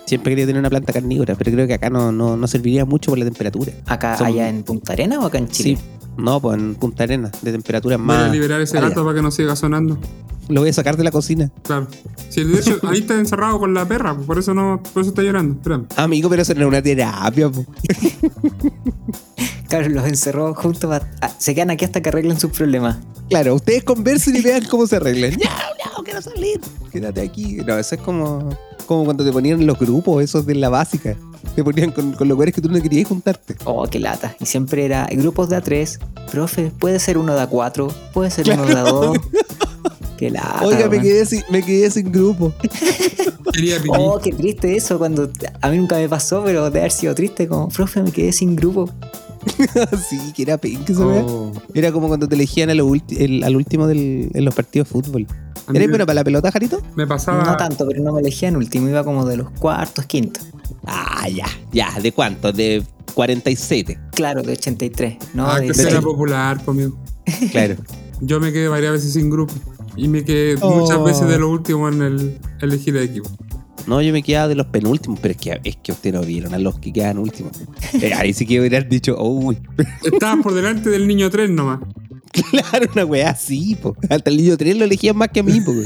Speaker 2: Siempre quería tener una planta carnívora, pero creo que acá no, no, no serviría mucho por la temperatura.
Speaker 3: ¿Acá,
Speaker 2: Son-
Speaker 3: allá en Punta Arena o acá en
Speaker 2: Sí.
Speaker 3: Chile?
Speaker 2: No, pues en Punta Arenas, de temperaturas
Speaker 1: Voy a
Speaker 2: más.
Speaker 1: liberar ese
Speaker 2: áridas.
Speaker 1: gato para que no siga sonando.
Speaker 2: Lo voy a sacar de la cocina.
Speaker 1: Claro. Si el de hecho ahí está encerrado con la perra, pues, por eso no, por eso está llorando. Espérame.
Speaker 2: Amigo, pero eso no es una terapia. po.
Speaker 3: Claro, los encerró juntos. a- a- se quedan aquí hasta que arreglen sus problemas.
Speaker 2: Claro, ustedes conversen y vean cómo se arreglan. No, no, quiero salir. Quédate aquí. No, eso es como, como cuando te ponían en los grupos, esos de la básica. Te ponían con, con los lugares que tú no querías juntarte.
Speaker 3: Oh, qué lata. Y siempre era grupos de A3. Profe, puede ser uno de A4, puede ser uno de A2. Qué lata.
Speaker 2: Oiga, me
Speaker 3: weón.
Speaker 2: quedé, sin, me quedé sin grupo.
Speaker 1: Quería pipí.
Speaker 3: Oh, qué triste eso. Cuando a mí nunca me pasó, pero de haber sido triste, como, profe, me quedé sin grupo.
Speaker 2: sí, que era penca esa wea.
Speaker 1: Oh.
Speaker 2: Era como cuando te elegían a lo ulti- el- al último del- en los partidos de fútbol.
Speaker 1: A mí
Speaker 2: ¿Eres
Speaker 1: me-
Speaker 2: bueno para la pelota, Jarito?
Speaker 1: Me pasaba.
Speaker 3: No tanto, pero no me elegía en último. Iba como de los cuartos, quintos.
Speaker 2: Ah, ya, ya. ¿De cuánto? De 47.
Speaker 3: Claro, de 83. No,
Speaker 1: ah,
Speaker 3: de
Speaker 1: que usted era
Speaker 2: sí.
Speaker 1: popular conmigo.
Speaker 2: Claro.
Speaker 1: Yo me quedé varias veces sin grupo. Y me quedé
Speaker 2: Oh.
Speaker 1: muchas veces de lo último en el elegir el equipo.
Speaker 2: No, yo me quedaba de los penúltimos, pero es que, es que ustedes no vieron a los que quedan últimos. Eh, ahí sí que hubieran dicho, uy,
Speaker 1: Estabas por delante del niño 3 nomás.
Speaker 2: claro, una weá así, po. Hasta el niño 3 lo elegían más que a mí, po. weón.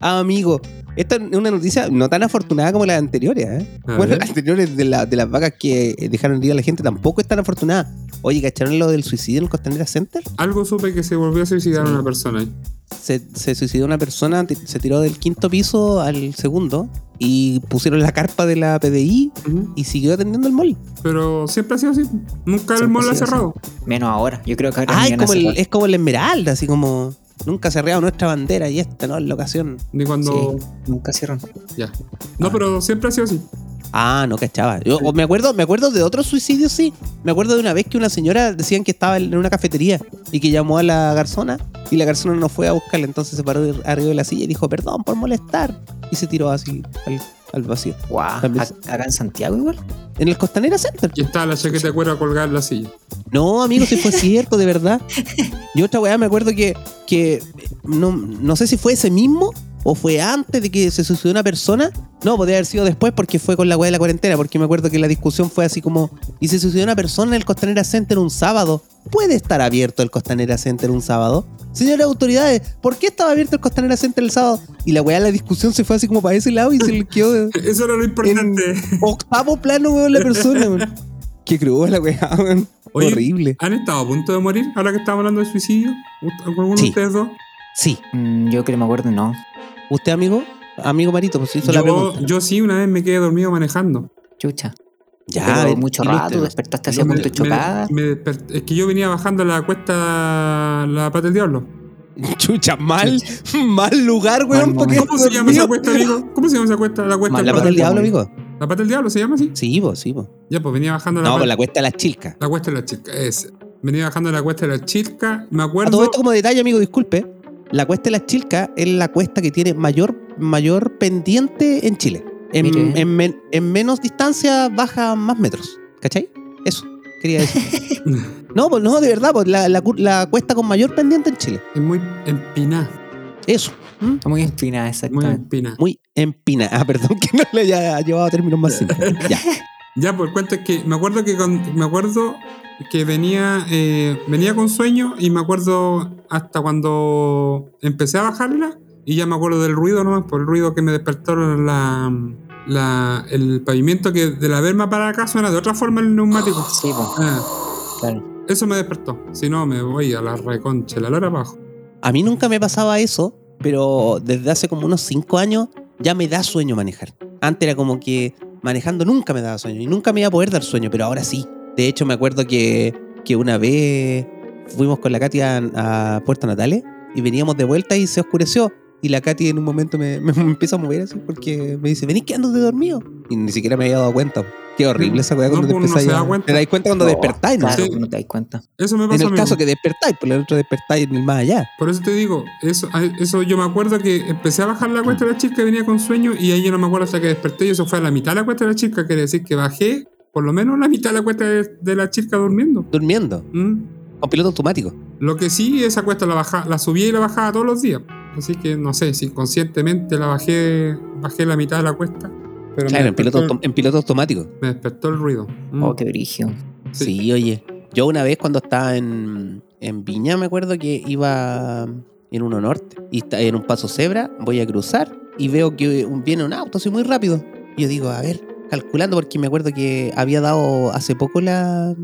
Speaker 2: ah, amigo, esta es una noticia no tan afortunada como las anteriores, ¿eh?
Speaker 1: A
Speaker 2: Bueno,
Speaker 1: ver.
Speaker 2: las anteriores de, la- de las vacas que eh, dejaron ir a la gente tampoco es tan afortunada. Oye, ¿cacharon lo del suicidio en el Costanera Center?
Speaker 1: Algo supe que se volvió a suicidar
Speaker 2: Sí.
Speaker 1: una persona ahí.
Speaker 2: se, se suicidó una persona, ti- se tiró del quinto piso al segundo y pusieron la carpa de la PDI
Speaker 1: Ujú.
Speaker 2: y siguió atendiendo el mall.
Speaker 1: Pero siempre ha sido así. Nunca el
Speaker 3: Siempre
Speaker 1: mall
Speaker 3: ha
Speaker 1: ha
Speaker 3: sido así.
Speaker 1: cerrado.
Speaker 3: Menos ahora. Yo creo que ahora
Speaker 2: Ah,
Speaker 3: ni
Speaker 2: es
Speaker 3: van a
Speaker 2: como, el,
Speaker 3: cerrar.
Speaker 2: es como la Esmeralda, así como nunca se cerrado nuestra bandera y esta no es la ocasión.
Speaker 1: Ni cuando.
Speaker 3: Sí, nunca cierran.
Speaker 1: Ya. No, pero siempre ha sido así.
Speaker 2: Ah, no cachaba. Yo o me acuerdo, me acuerdo de otros suicidios, sí. Me acuerdo de una vez que una señora decían que estaba en una cafetería y que llamó a la garzona y la garzona no fue a buscarla, entonces se paró de- arriba de la silla y dijo, perdón por molestar. Y se tiró así al, al vacío.
Speaker 3: Guau.
Speaker 2: También
Speaker 3: Ac- Acá en Santiago igual.
Speaker 2: En el Costanera Center.
Speaker 1: Y está la chaqueta de cuero colgada en la silla.
Speaker 2: No, amigo, si fue cierto, de verdad. Y otra weá, me acuerdo que, que no, no sé si fue ese mismo o fue antes de que se suicidó una persona. No, podría haber sido después porque fue con la weá de la cuarentena, porque me acuerdo que la discusión fue así como, ¿y se suicidó una persona en el Costanera Center un sábado? ¿Puede estar abierto el Costanera Center un sábado? Señores autoridades, ¿por qué estaba abierto el Costanera Center el sábado? Y la weá, la discusión se fue así como para ese lado y se le quedó
Speaker 1: Eso era lo importante.
Speaker 2: en octavo plano, weón, la persona, weón. Qué cruel la weá, weón.
Speaker 1: Oye,
Speaker 2: Horrible.
Speaker 1: ¿Han estado a punto de morir ahora que estamos hablando de suicidio? ¿Alguno
Speaker 2: Sí.
Speaker 1: de ustedes dos?
Speaker 2: Sí.
Speaker 3: Mm, yo creo que me acuerdo, no.
Speaker 2: ¿Usted, amigo? Amigo Marito, pues hizo la
Speaker 1: Yo,
Speaker 2: pregunta.
Speaker 1: yo sí, una vez me quedé dormido manejando.
Speaker 3: Chucha.
Speaker 2: ya,
Speaker 3: Pero
Speaker 2: eh,
Speaker 3: mucho
Speaker 2: ilústrenos.
Speaker 3: rato, despertaste así
Speaker 1: Yo
Speaker 3: a
Speaker 1: me-
Speaker 3: punto de
Speaker 1: me-
Speaker 3: chocar.
Speaker 1: me desperté- es que yo venía bajando la cuesta la pata del diablo.
Speaker 2: Chucha, mal, mal lugar,
Speaker 3: Mal
Speaker 2: weón. porque
Speaker 1: ¿Cómo se llama esa
Speaker 2: dormido.
Speaker 1: cuesta, amigo? ¿Cómo se llama esa cuesta? La cuesta
Speaker 3: Mal,
Speaker 2: ¿La pata del diablo, amigo?
Speaker 1: ¿La pata del diablo se llama así?
Speaker 2: Sí, vos, sí, vos.
Speaker 1: Ya, pues venía bajando la
Speaker 2: No,
Speaker 1: pata.
Speaker 2: con la cuesta de las chilcas.
Speaker 1: La cuesta de la chica, es. Venía bajando la cuesta de la chica, me
Speaker 2: A todo
Speaker 1: acuerdo.
Speaker 2: esto como detalle, amigo, disculpe. La cuesta de las chilcas es la cuesta que tiene mayor, mayor pendiente en Chile. en,
Speaker 3: Mire.
Speaker 2: en men- en menos distancia baja más metros. ¿Cachai? Eso, quería decir. no, pues no, de verdad, pues la, la cu- la cuesta con mayor pendiente en Chile.
Speaker 1: Es muy empinada,
Speaker 2: Eso. ¿Mm?
Speaker 3: Está muy espinada,
Speaker 1: muy
Speaker 3: exactamente.
Speaker 1: empinada.
Speaker 2: Muy empina. Ah, perdón que no le haya llevado a términos más simples. Ya.
Speaker 1: Ya, pues el cuento es que me acuerdo que con- me acuerdo que venía eh, venía con sueño y me acuerdo hasta cuando empecé a bajarla y ya me acuerdo del ruido nomás, por el ruido que me despertó la, la- el pavimento que de la verma para acá suena de otra forma el neumático.
Speaker 3: Sí, po,
Speaker 1: Ah,
Speaker 3: claro.
Speaker 1: eso me despertó. Si no, me voy a la reconcha, la lora abajo.
Speaker 2: A mí nunca me pasaba eso, pero desde hace como unos 5 años ya me da sueño manejar. Antes era como que manejando nunca me daba sueño y nunca me iba a poder dar sueño, pero ahora sí. De hecho, me acuerdo que, que una vez fuimos con la Katy a, a Puerto Natales y veníamos de vuelta y se oscureció. Y la Katy en un momento me, me empieza a mover así porque me dice, venís quedándote dormido. Y ni siquiera me había dado cuenta. Qué horrible esa weá
Speaker 1: No,
Speaker 2: cuando te
Speaker 1: pues, uno
Speaker 2: empezáis
Speaker 1: se da
Speaker 2: a-
Speaker 1: cuenta.
Speaker 2: Te dais cuenta cuando
Speaker 3: No,
Speaker 2: despertáis, ¿no?
Speaker 3: Oh, Claro, pues,
Speaker 1: Sí.
Speaker 3: no te das cuenta.
Speaker 1: Eso me
Speaker 2: En
Speaker 1: pasó a
Speaker 2: el
Speaker 1: mí.
Speaker 2: caso que despertáis, por el otro despertáis en el más allá.
Speaker 1: Por eso te digo, eso, a- eso yo me acuerdo que empecé a bajar la cuesta de la chica, venía con sueño y ahí yo no me acuerdo hasta que desperté y eso fue a la mitad de la cuesta de la chica, quiere decir que bajé por lo menos la mitad de la cuesta de, de la chica durmiendo.
Speaker 2: Durmiendo,
Speaker 1: ¿Mm?
Speaker 2: con piloto automático.
Speaker 1: Lo que sí, esa cuesta la, baja, la subía y la bajaba todos los días. Así que no sé, si conscientemente la bajé, bajé la mitad de la cuesta. Pero
Speaker 2: Claro,
Speaker 1: me,
Speaker 2: en piloto,
Speaker 1: despertó,
Speaker 2: autom- en piloto automático.
Speaker 1: me despertó el ruido. ¿Mm?
Speaker 3: Oh, qué brillo.
Speaker 2: Sí. oye. Yo una vez cuando estaba en, en Viña, me acuerdo que iba en uno norte y está en un paso cebra, voy a cruzar y veo que un- viene un auto así muy rápido. Y yo digo, a ver, calculando, porque me acuerdo que había dado hace poco la,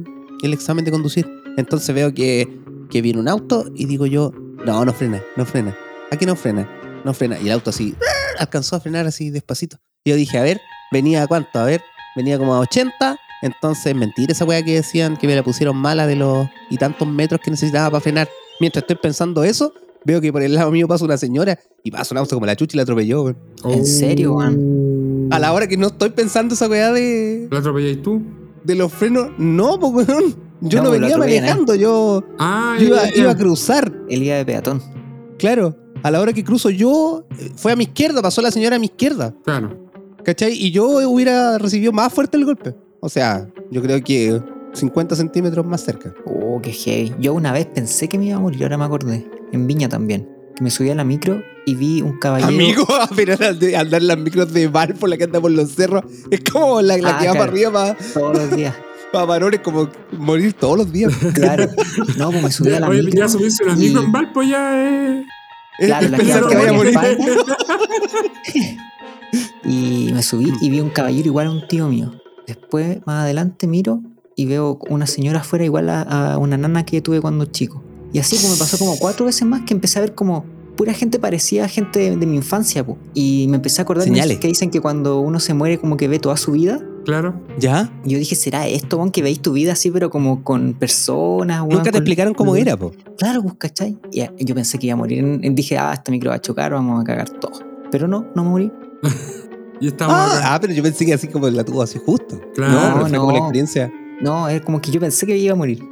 Speaker 2: el examen de conducir. Entonces veo que, que viene un auto y digo yo, no, no frena, no frena. Aquí no frena, no frena. Y el auto así ¡ah! alcanzó a frenar así despacito. Y yo dije, a ver, venía a cuánto, a ver, venía como a 80. Entonces, mentira esa weá que decían que me la pusieron mala de los y tantos metros que necesitaba para frenar. Mientras estoy pensando eso, veo que por el lado mío pasa una señora y pasa un auto como la chucha y la atropelló. weón.
Speaker 1: Oh.
Speaker 3: ¿En serio,
Speaker 2: A la hora que no estoy pensando esa weá de,
Speaker 1: ¿La atropellé tú?
Speaker 2: de los frenos, no, po, weón. Yo
Speaker 3: No, pues, lo
Speaker 2: no, venía
Speaker 3: atropellan, ¿eh?
Speaker 2: manejando, yo
Speaker 1: Ah,
Speaker 2: yo iba,
Speaker 1: ya, ya.
Speaker 2: iba a cruzar.
Speaker 3: El día de peatón.
Speaker 2: Claro, a la hora que cruzo yo, eh, fue a mi izquierda, pasó la señora a mi izquierda,
Speaker 1: Claro.
Speaker 2: ¿cachai? Y yo hubiera recibido más fuerte el golpe. O sea, yo creo que 50 centímetros más cerca.
Speaker 3: Oh, qué heavy. Yo una vez pensé que me iba a morir, ahora me acordé. En Viña también. Que me subí a la micro y vi un caballero.
Speaker 2: Amigo, a mirar al de- andar en las micros de Valpo, la que anda por los cerros, es como la, la
Speaker 3: Ah,
Speaker 2: que va
Speaker 3: claro.
Speaker 2: para arriba para,
Speaker 3: Todos los días.
Speaker 2: varones, como morir todos los días.
Speaker 3: Claro. No, pues me subí a
Speaker 1: Ya,
Speaker 3: la
Speaker 1: oye,
Speaker 3: micro.
Speaker 1: ya subiste una micro
Speaker 2: y-
Speaker 1: en Valpo, ya eh.
Speaker 3: Claro,
Speaker 2: Es
Speaker 3: la
Speaker 2: pensar
Speaker 3: que
Speaker 2: que vaya a
Speaker 3: va
Speaker 2: morir.
Speaker 3: por el Y me subí y vi un caballero igual a un tío mío. Después, más adelante, miro y veo una señora afuera igual a, a una nana que tuve cuando chico. Y así pues, me pasó como cuatro veces más que empecé a ver como pura gente parecía gente de, de mi infancia. po. Y me empecé a acordar de
Speaker 2: Señales.
Speaker 3: esos que dicen que cuando uno se muere como que ve toda su vida.
Speaker 1: Claro.
Speaker 2: ¿Ya?
Speaker 3: Y yo dije, ¿será esto, weón, que veis tu vida así, pero como con personas? weón,
Speaker 2: Nunca te
Speaker 3: con-
Speaker 2: explicaron cómo era, po.
Speaker 3: Claro, pues, ¿cachai? Y a- yo pensé que iba a morir. en- en- Dije, ah, esta micro va a chocar, vamos a cagar todo. Pero no, no me morí.
Speaker 1: Y estamos acá.
Speaker 2: Ah, ah, pero yo pensé que así como la tuvo así justo.
Speaker 1: Claro.
Speaker 2: no, fue
Speaker 3: No,
Speaker 2: como la
Speaker 3: no.
Speaker 2: experiencia.
Speaker 3: No, es como que yo pensé que iba a morir.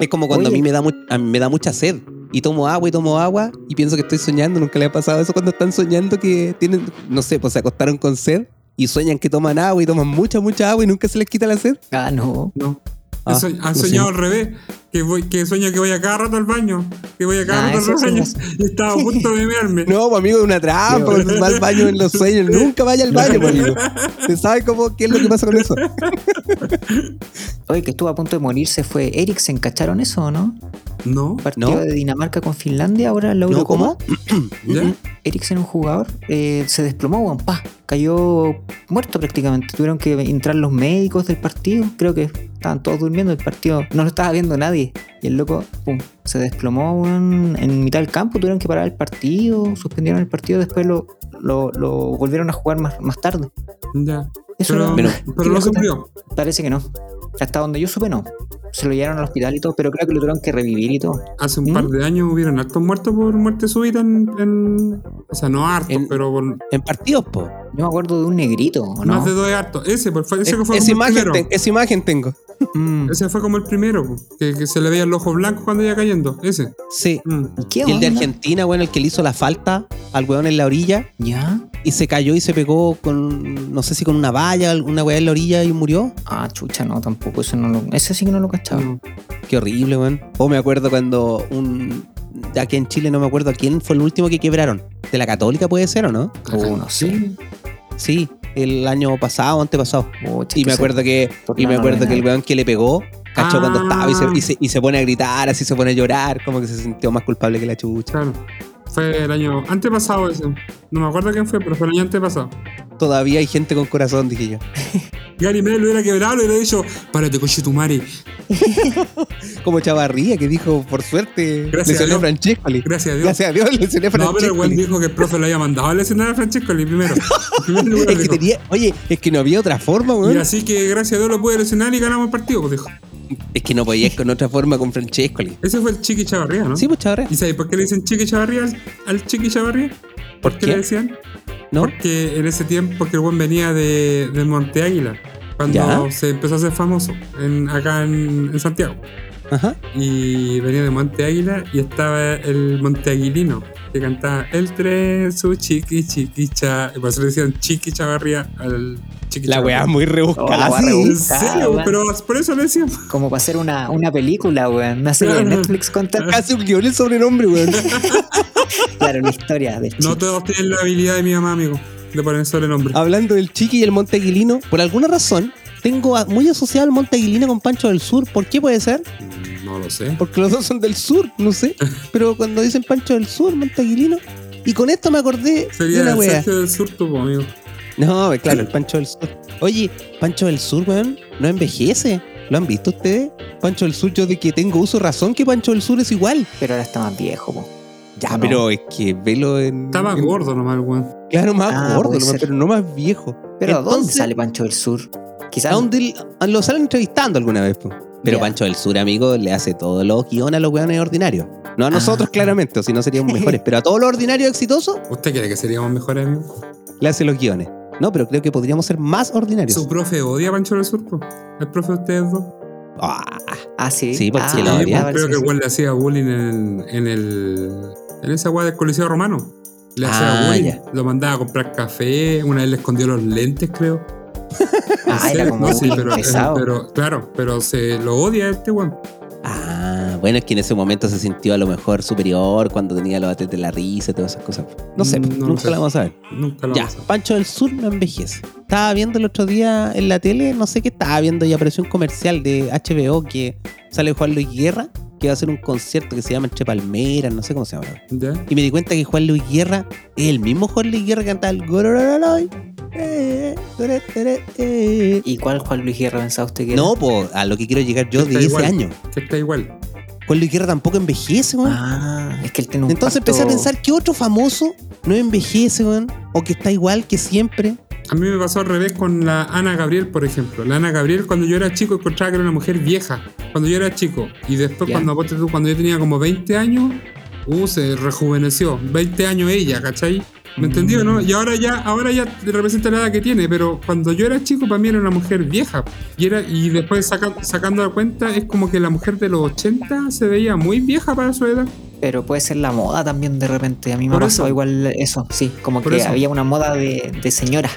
Speaker 2: Es como cuando
Speaker 3: Oye.
Speaker 2: a mí me da mu- a mí me da mucha sed y tomo agua y tomo agua y pienso que estoy soñando. Nunca le ha pasado eso cuando están soñando que tienen, no sé, pues se acostaron con sed y sueñan que toman agua y toman mucha, mucha agua y nunca se les quita la sed.
Speaker 3: Ah, no.
Speaker 1: No.
Speaker 2: Ah,
Speaker 1: He soñ-
Speaker 2: lo
Speaker 1: has soñado al revés. Que, voy, que sueño que voy a cada rato al baño. Que voy a cada
Speaker 3: Ah,
Speaker 1: rato
Speaker 3: eso
Speaker 1: al
Speaker 3: sí
Speaker 1: baño.
Speaker 3: pasa.
Speaker 1: Y estaba a punto de mearme.
Speaker 2: No, pues, amigo, es una trampa.
Speaker 3: Qué
Speaker 2: va al baño en los sueños. Nunca vaya al baño, pues, amigo. ¿Se sabe cómo, qué es lo que pasa con eso?
Speaker 3: Oye, que estuvo a punto de morirse fue Eriksen, ¿cacharon eso o no?
Speaker 1: No.
Speaker 3: Partido
Speaker 2: No.
Speaker 3: de Dinamarca con Finlandia, ahora la
Speaker 2: ¿No?
Speaker 3: Eurocopa.
Speaker 2: ¿Cómo?
Speaker 1: ¿Ya?
Speaker 3: Eriksen, un jugador, eh, se desplomó, weón, pa, cayó muerto prácticamente. Tuvieron que entrar los médicos del partido, creo que estaban todos durmiendo, el partido no lo estaba viendo nadie. Y el loco, pum, se desplomó weón, en mitad del campo, tuvieron que parar el partido, suspendieron el partido, después lo, lo, lo volvieron a jugar más, más tarde.
Speaker 1: Ya.
Speaker 3: Eso
Speaker 1: Pero,
Speaker 3: era-
Speaker 1: pero, no sufrió.
Speaker 3: Parece que no. Hasta donde yo supe, no. Se lo llevaron al hospital y todo, pero creo que lo tuvieron que revivir y todo.
Speaker 1: Hace un
Speaker 3: ¿Mm?
Speaker 1: par de años hubieron hartos muertos por muerte súbita en. en- o sea, no hartos,
Speaker 2: En-
Speaker 1: pero por-
Speaker 2: En partidos, po.
Speaker 3: Yo me acuerdo de un negrito, ¿o ¿no?
Speaker 1: más de dos hartos. Ese, pues, fue- ese
Speaker 2: Es-
Speaker 1: que fue
Speaker 2: esa,
Speaker 1: como el
Speaker 2: imagen
Speaker 1: primero.
Speaker 2: te- esa imagen tengo.
Speaker 3: Mm.
Speaker 1: Ese fue como el primero, po, que, que se le veía el ojo blanco cuando iba cayendo. Ese.
Speaker 2: Sí.
Speaker 1: Mm.
Speaker 3: ¿Qué
Speaker 2: Y el de
Speaker 3: onda?
Speaker 2: Argentina, bueno, el que le hizo la falta al weón en la orilla
Speaker 3: ¿Ya?
Speaker 2: y se cayó y se pegó con, no sé si con una valla, alguna weá en la orilla y murió. Mm.
Speaker 3: Ah, chucha, no, tampoco. Eso, no lo, eso sí que no lo cachaba.
Speaker 1: No.
Speaker 2: Qué horrible, weón. O me acuerdo cuando un. de Aquí en Chile no me acuerdo quién fue el último que quebraron. ¿De la Católica puede ser o no?
Speaker 3: Oh, no sé.
Speaker 1: Sí.
Speaker 2: Sí, el año pasado, antepasado.
Speaker 3: Pucha,
Speaker 2: Y me
Speaker 3: que
Speaker 2: acuerdo que.
Speaker 3: por
Speaker 2: Y me
Speaker 3: nada,
Speaker 2: acuerdo
Speaker 3: nada.
Speaker 2: que el weón que le pegó. Cachó
Speaker 1: Ah.
Speaker 2: cuando estaba y se, y, se, y se pone a gritar, así se pone a llorar, como que se sintió más culpable que la chucha.
Speaker 1: Claro. Fue el año antepasado ese. No me acuerdo quién fue, pero fue el año antepasado.
Speaker 3: Ah.
Speaker 2: Todavía hay gente con corazón, dije yo.
Speaker 1: Gary Medel lo hubiera quebrado y le hubiera dicho, párate, coche tu madre.
Speaker 2: Como Chavarría, que dijo, por suerte,
Speaker 1: Gracias
Speaker 2: lesioné
Speaker 1: a
Speaker 2: a Francescoli.
Speaker 1: Gracias a Dios.
Speaker 2: Gracias a Dios, lesioné a
Speaker 1: no, pero el
Speaker 2: Francescoli.
Speaker 1: buen dijo que el profe lo había mandado a lesionar a Francesco el primero. En primer lugar
Speaker 2: es que
Speaker 1: dijo.
Speaker 2: tenía, oye, es que no había otra forma,
Speaker 1: Y
Speaker 2: weón.
Speaker 1: así que gracias a Dios lo pude lesionar y ganamos el partido, pues dijo.
Speaker 2: Es que no podías con otra forma con Francescoli.
Speaker 1: Ese fue el Chiqui Chavarría, ¿no?
Speaker 2: Sí, pues Chavarría.
Speaker 1: ¿Y sabes por qué le dicen Chiqui Chavarría al, al Chiqui Chavarría?
Speaker 2: ¿Por qué?
Speaker 1: le decían?
Speaker 2: ¿No?
Speaker 1: Porque en ese tiempo, porque el buen venía de, de Monte Águila, cuando
Speaker 2: Ya.
Speaker 1: se empezó a hacer famoso en- acá en, en Santiago.
Speaker 2: Ajá.
Speaker 1: Y venía de Monte Águila y estaba el Monteaguilino que cantaba El tren, su chiqui chiquicha. Y por eso le decían Chiqui Chavarría al Chiqui
Speaker 2: La weá
Speaker 1: Chavarría.
Speaker 2: muy
Speaker 3: Oh, la
Speaker 2: rebuscada.
Speaker 3: weá
Speaker 2: sí.
Speaker 1: En
Speaker 3: rebuscada.
Speaker 1: serio,
Speaker 3: weón.
Speaker 1: pero por eso le decían.
Speaker 3: Como para hacer una, una película, weón. Una serie de
Speaker 1: Claro.
Speaker 3: Netflix contar,
Speaker 2: Casi un guión el sobrenombre, weón.
Speaker 3: claro, la historia del
Speaker 1: No
Speaker 3: chico.
Speaker 1: todos tienen la habilidad de mi mamá, amigo, de poner sobrenombre.
Speaker 2: Hablando del Chiqui y el Monte Aguilino, por alguna razón, tengo a- muy asociado al Monte Aguilino con Pancho del Sur. ¿Por qué puede ser?
Speaker 1: Mm, No lo sé.
Speaker 2: Porque los dos son del sur, no sé. Pero cuando dicen Pancho del Sur, Monte Aguilino. Y con esto me acordé de
Speaker 1: Sería
Speaker 2: una
Speaker 1: el
Speaker 2: weá.
Speaker 1: Sergio del Sur, tu amigo.
Speaker 2: No, claro, el Pancho del Sur. Oye, Pancho del Sur, weón, no envejece. ¿Lo han visto ustedes? Pancho del Sur, yo de que tengo uso razón que Pancho del Sur es igual.
Speaker 3: Pero ahora está más viejo, po.
Speaker 2: Ya,
Speaker 3: ¿O no?
Speaker 2: Ah, pero es que velo en.
Speaker 1: Estaba
Speaker 2: en-
Speaker 1: gordo nomás, el weón.
Speaker 2: Claro, más
Speaker 3: Ah,
Speaker 2: gordo,
Speaker 3: puede
Speaker 2: nomás,
Speaker 3: ser.
Speaker 2: pero no más viejo.
Speaker 3: Pero ¿a ¿dónde
Speaker 2: Entonces-
Speaker 3: sale Pancho del Sur?
Speaker 2: ¿A
Speaker 3: Quizás.
Speaker 2: dónde l- lo salen entrevistando alguna vez? po? Pero
Speaker 3: Ya.
Speaker 2: Pancho del Sur, amigo, le hace todos los guiones a los weones ordinarios. No a nosotros,
Speaker 3: Ah.
Speaker 2: claramente, o si no seríamos mejores, pero a todos los ordinarios exitosos
Speaker 1: ¿Usted cree que seríamos mejores amigos?
Speaker 2: le hace los guiones. No, pero creo que podríamos ser más ordinarios.
Speaker 1: Su profe odia a Pancho del Sur, po. El profe de ustedes dos.
Speaker 2: Ah,
Speaker 3: Ah, sí.
Speaker 2: Sí, porque
Speaker 3: ah,
Speaker 2: sí, lo
Speaker 3: ya,
Speaker 1: Sí,
Speaker 2: odia.
Speaker 1: pues,
Speaker 3: vale,
Speaker 1: creo
Speaker 3: sí,
Speaker 1: que el
Speaker 3: sí.
Speaker 1: weón le hacía bullying en, en el. En esa weá del Coliseo Romano. Le hacía
Speaker 2: Ah,
Speaker 1: bullying.
Speaker 2: ya.
Speaker 1: Lo mandaba a comprar café. Una vez le escondió los lentes, creo.
Speaker 3: Ah,
Speaker 1: Sí,
Speaker 3: era como
Speaker 1: no, sí,
Speaker 3: muy
Speaker 1: pero,
Speaker 3: pesado.
Speaker 1: pero- claro, pero se lo odia este weón.
Speaker 2: Ah, bueno, es que en ese momento se sintió a lo mejor superior cuando tenía los ates de la risa y todas esas cosas. No sé,
Speaker 1: Mm,
Speaker 2: pues,
Speaker 1: no lo
Speaker 2: nunca
Speaker 1: sé.
Speaker 2: la vamos a ver.
Speaker 1: Nunca lo
Speaker 2: ya,
Speaker 1: vamos a-
Speaker 2: Pancho del Sur no envejece. Estaba viendo el otro día en la tele, no sé qué estaba viendo, y apareció un comercial de HBO que sale Juan Luis Guerra, que va a hacer un concierto que se llama Entre Palmeras, no sé cómo se llama.
Speaker 1: ¿Ya?
Speaker 2: Y me di cuenta que Juan Luis Guerra es el mismo Juan Luis Guerra que cantaba el Gororororoy. Eh, eh, tere, tere, eh.
Speaker 3: ¿Y cuál Juan Luis Guerra pensaba usted que era?
Speaker 2: No, pues a lo que quiero llegar yo de
Speaker 1: Está
Speaker 2: ese
Speaker 1: igual.
Speaker 2: año.
Speaker 1: Que está igual.
Speaker 2: Juan Luis Guerra tampoco envejece, weón.
Speaker 3: Ah, es que él tiene un
Speaker 2: Entonces
Speaker 3: pacto-
Speaker 2: empecé a pensar que otro famoso no envejece, weón, o que está igual que siempre.
Speaker 1: A mí me pasó al revés con la Ana Gabriel, por ejemplo. La Ana Gabriel, cuando yo era chico, encontraba que era una mujer vieja. Cuando yo era chico. Y después,
Speaker 3: Ya.
Speaker 1: cuando, ponte tú, cuando yo tenía como 20 años, uh, se rejuveneció. 20 años ella, ¿cachai? ¿Me entendió, no?
Speaker 3: Mm.
Speaker 1: Y ahora ya, ahora ya representa la edad que tiene, pero cuando yo era chico, para mí era una mujer vieja. Y, era, y después, saca- sacando la cuenta, es como que la mujer de los 80 se veía muy vieja para su edad.
Speaker 3: Pero puede ser la moda también de repente. A mí me ha
Speaker 1: Por
Speaker 3: pasado
Speaker 1: eso.
Speaker 3: igual eso. Sí, como
Speaker 1: Por
Speaker 3: que
Speaker 1: eso.
Speaker 3: había una moda de, de señora.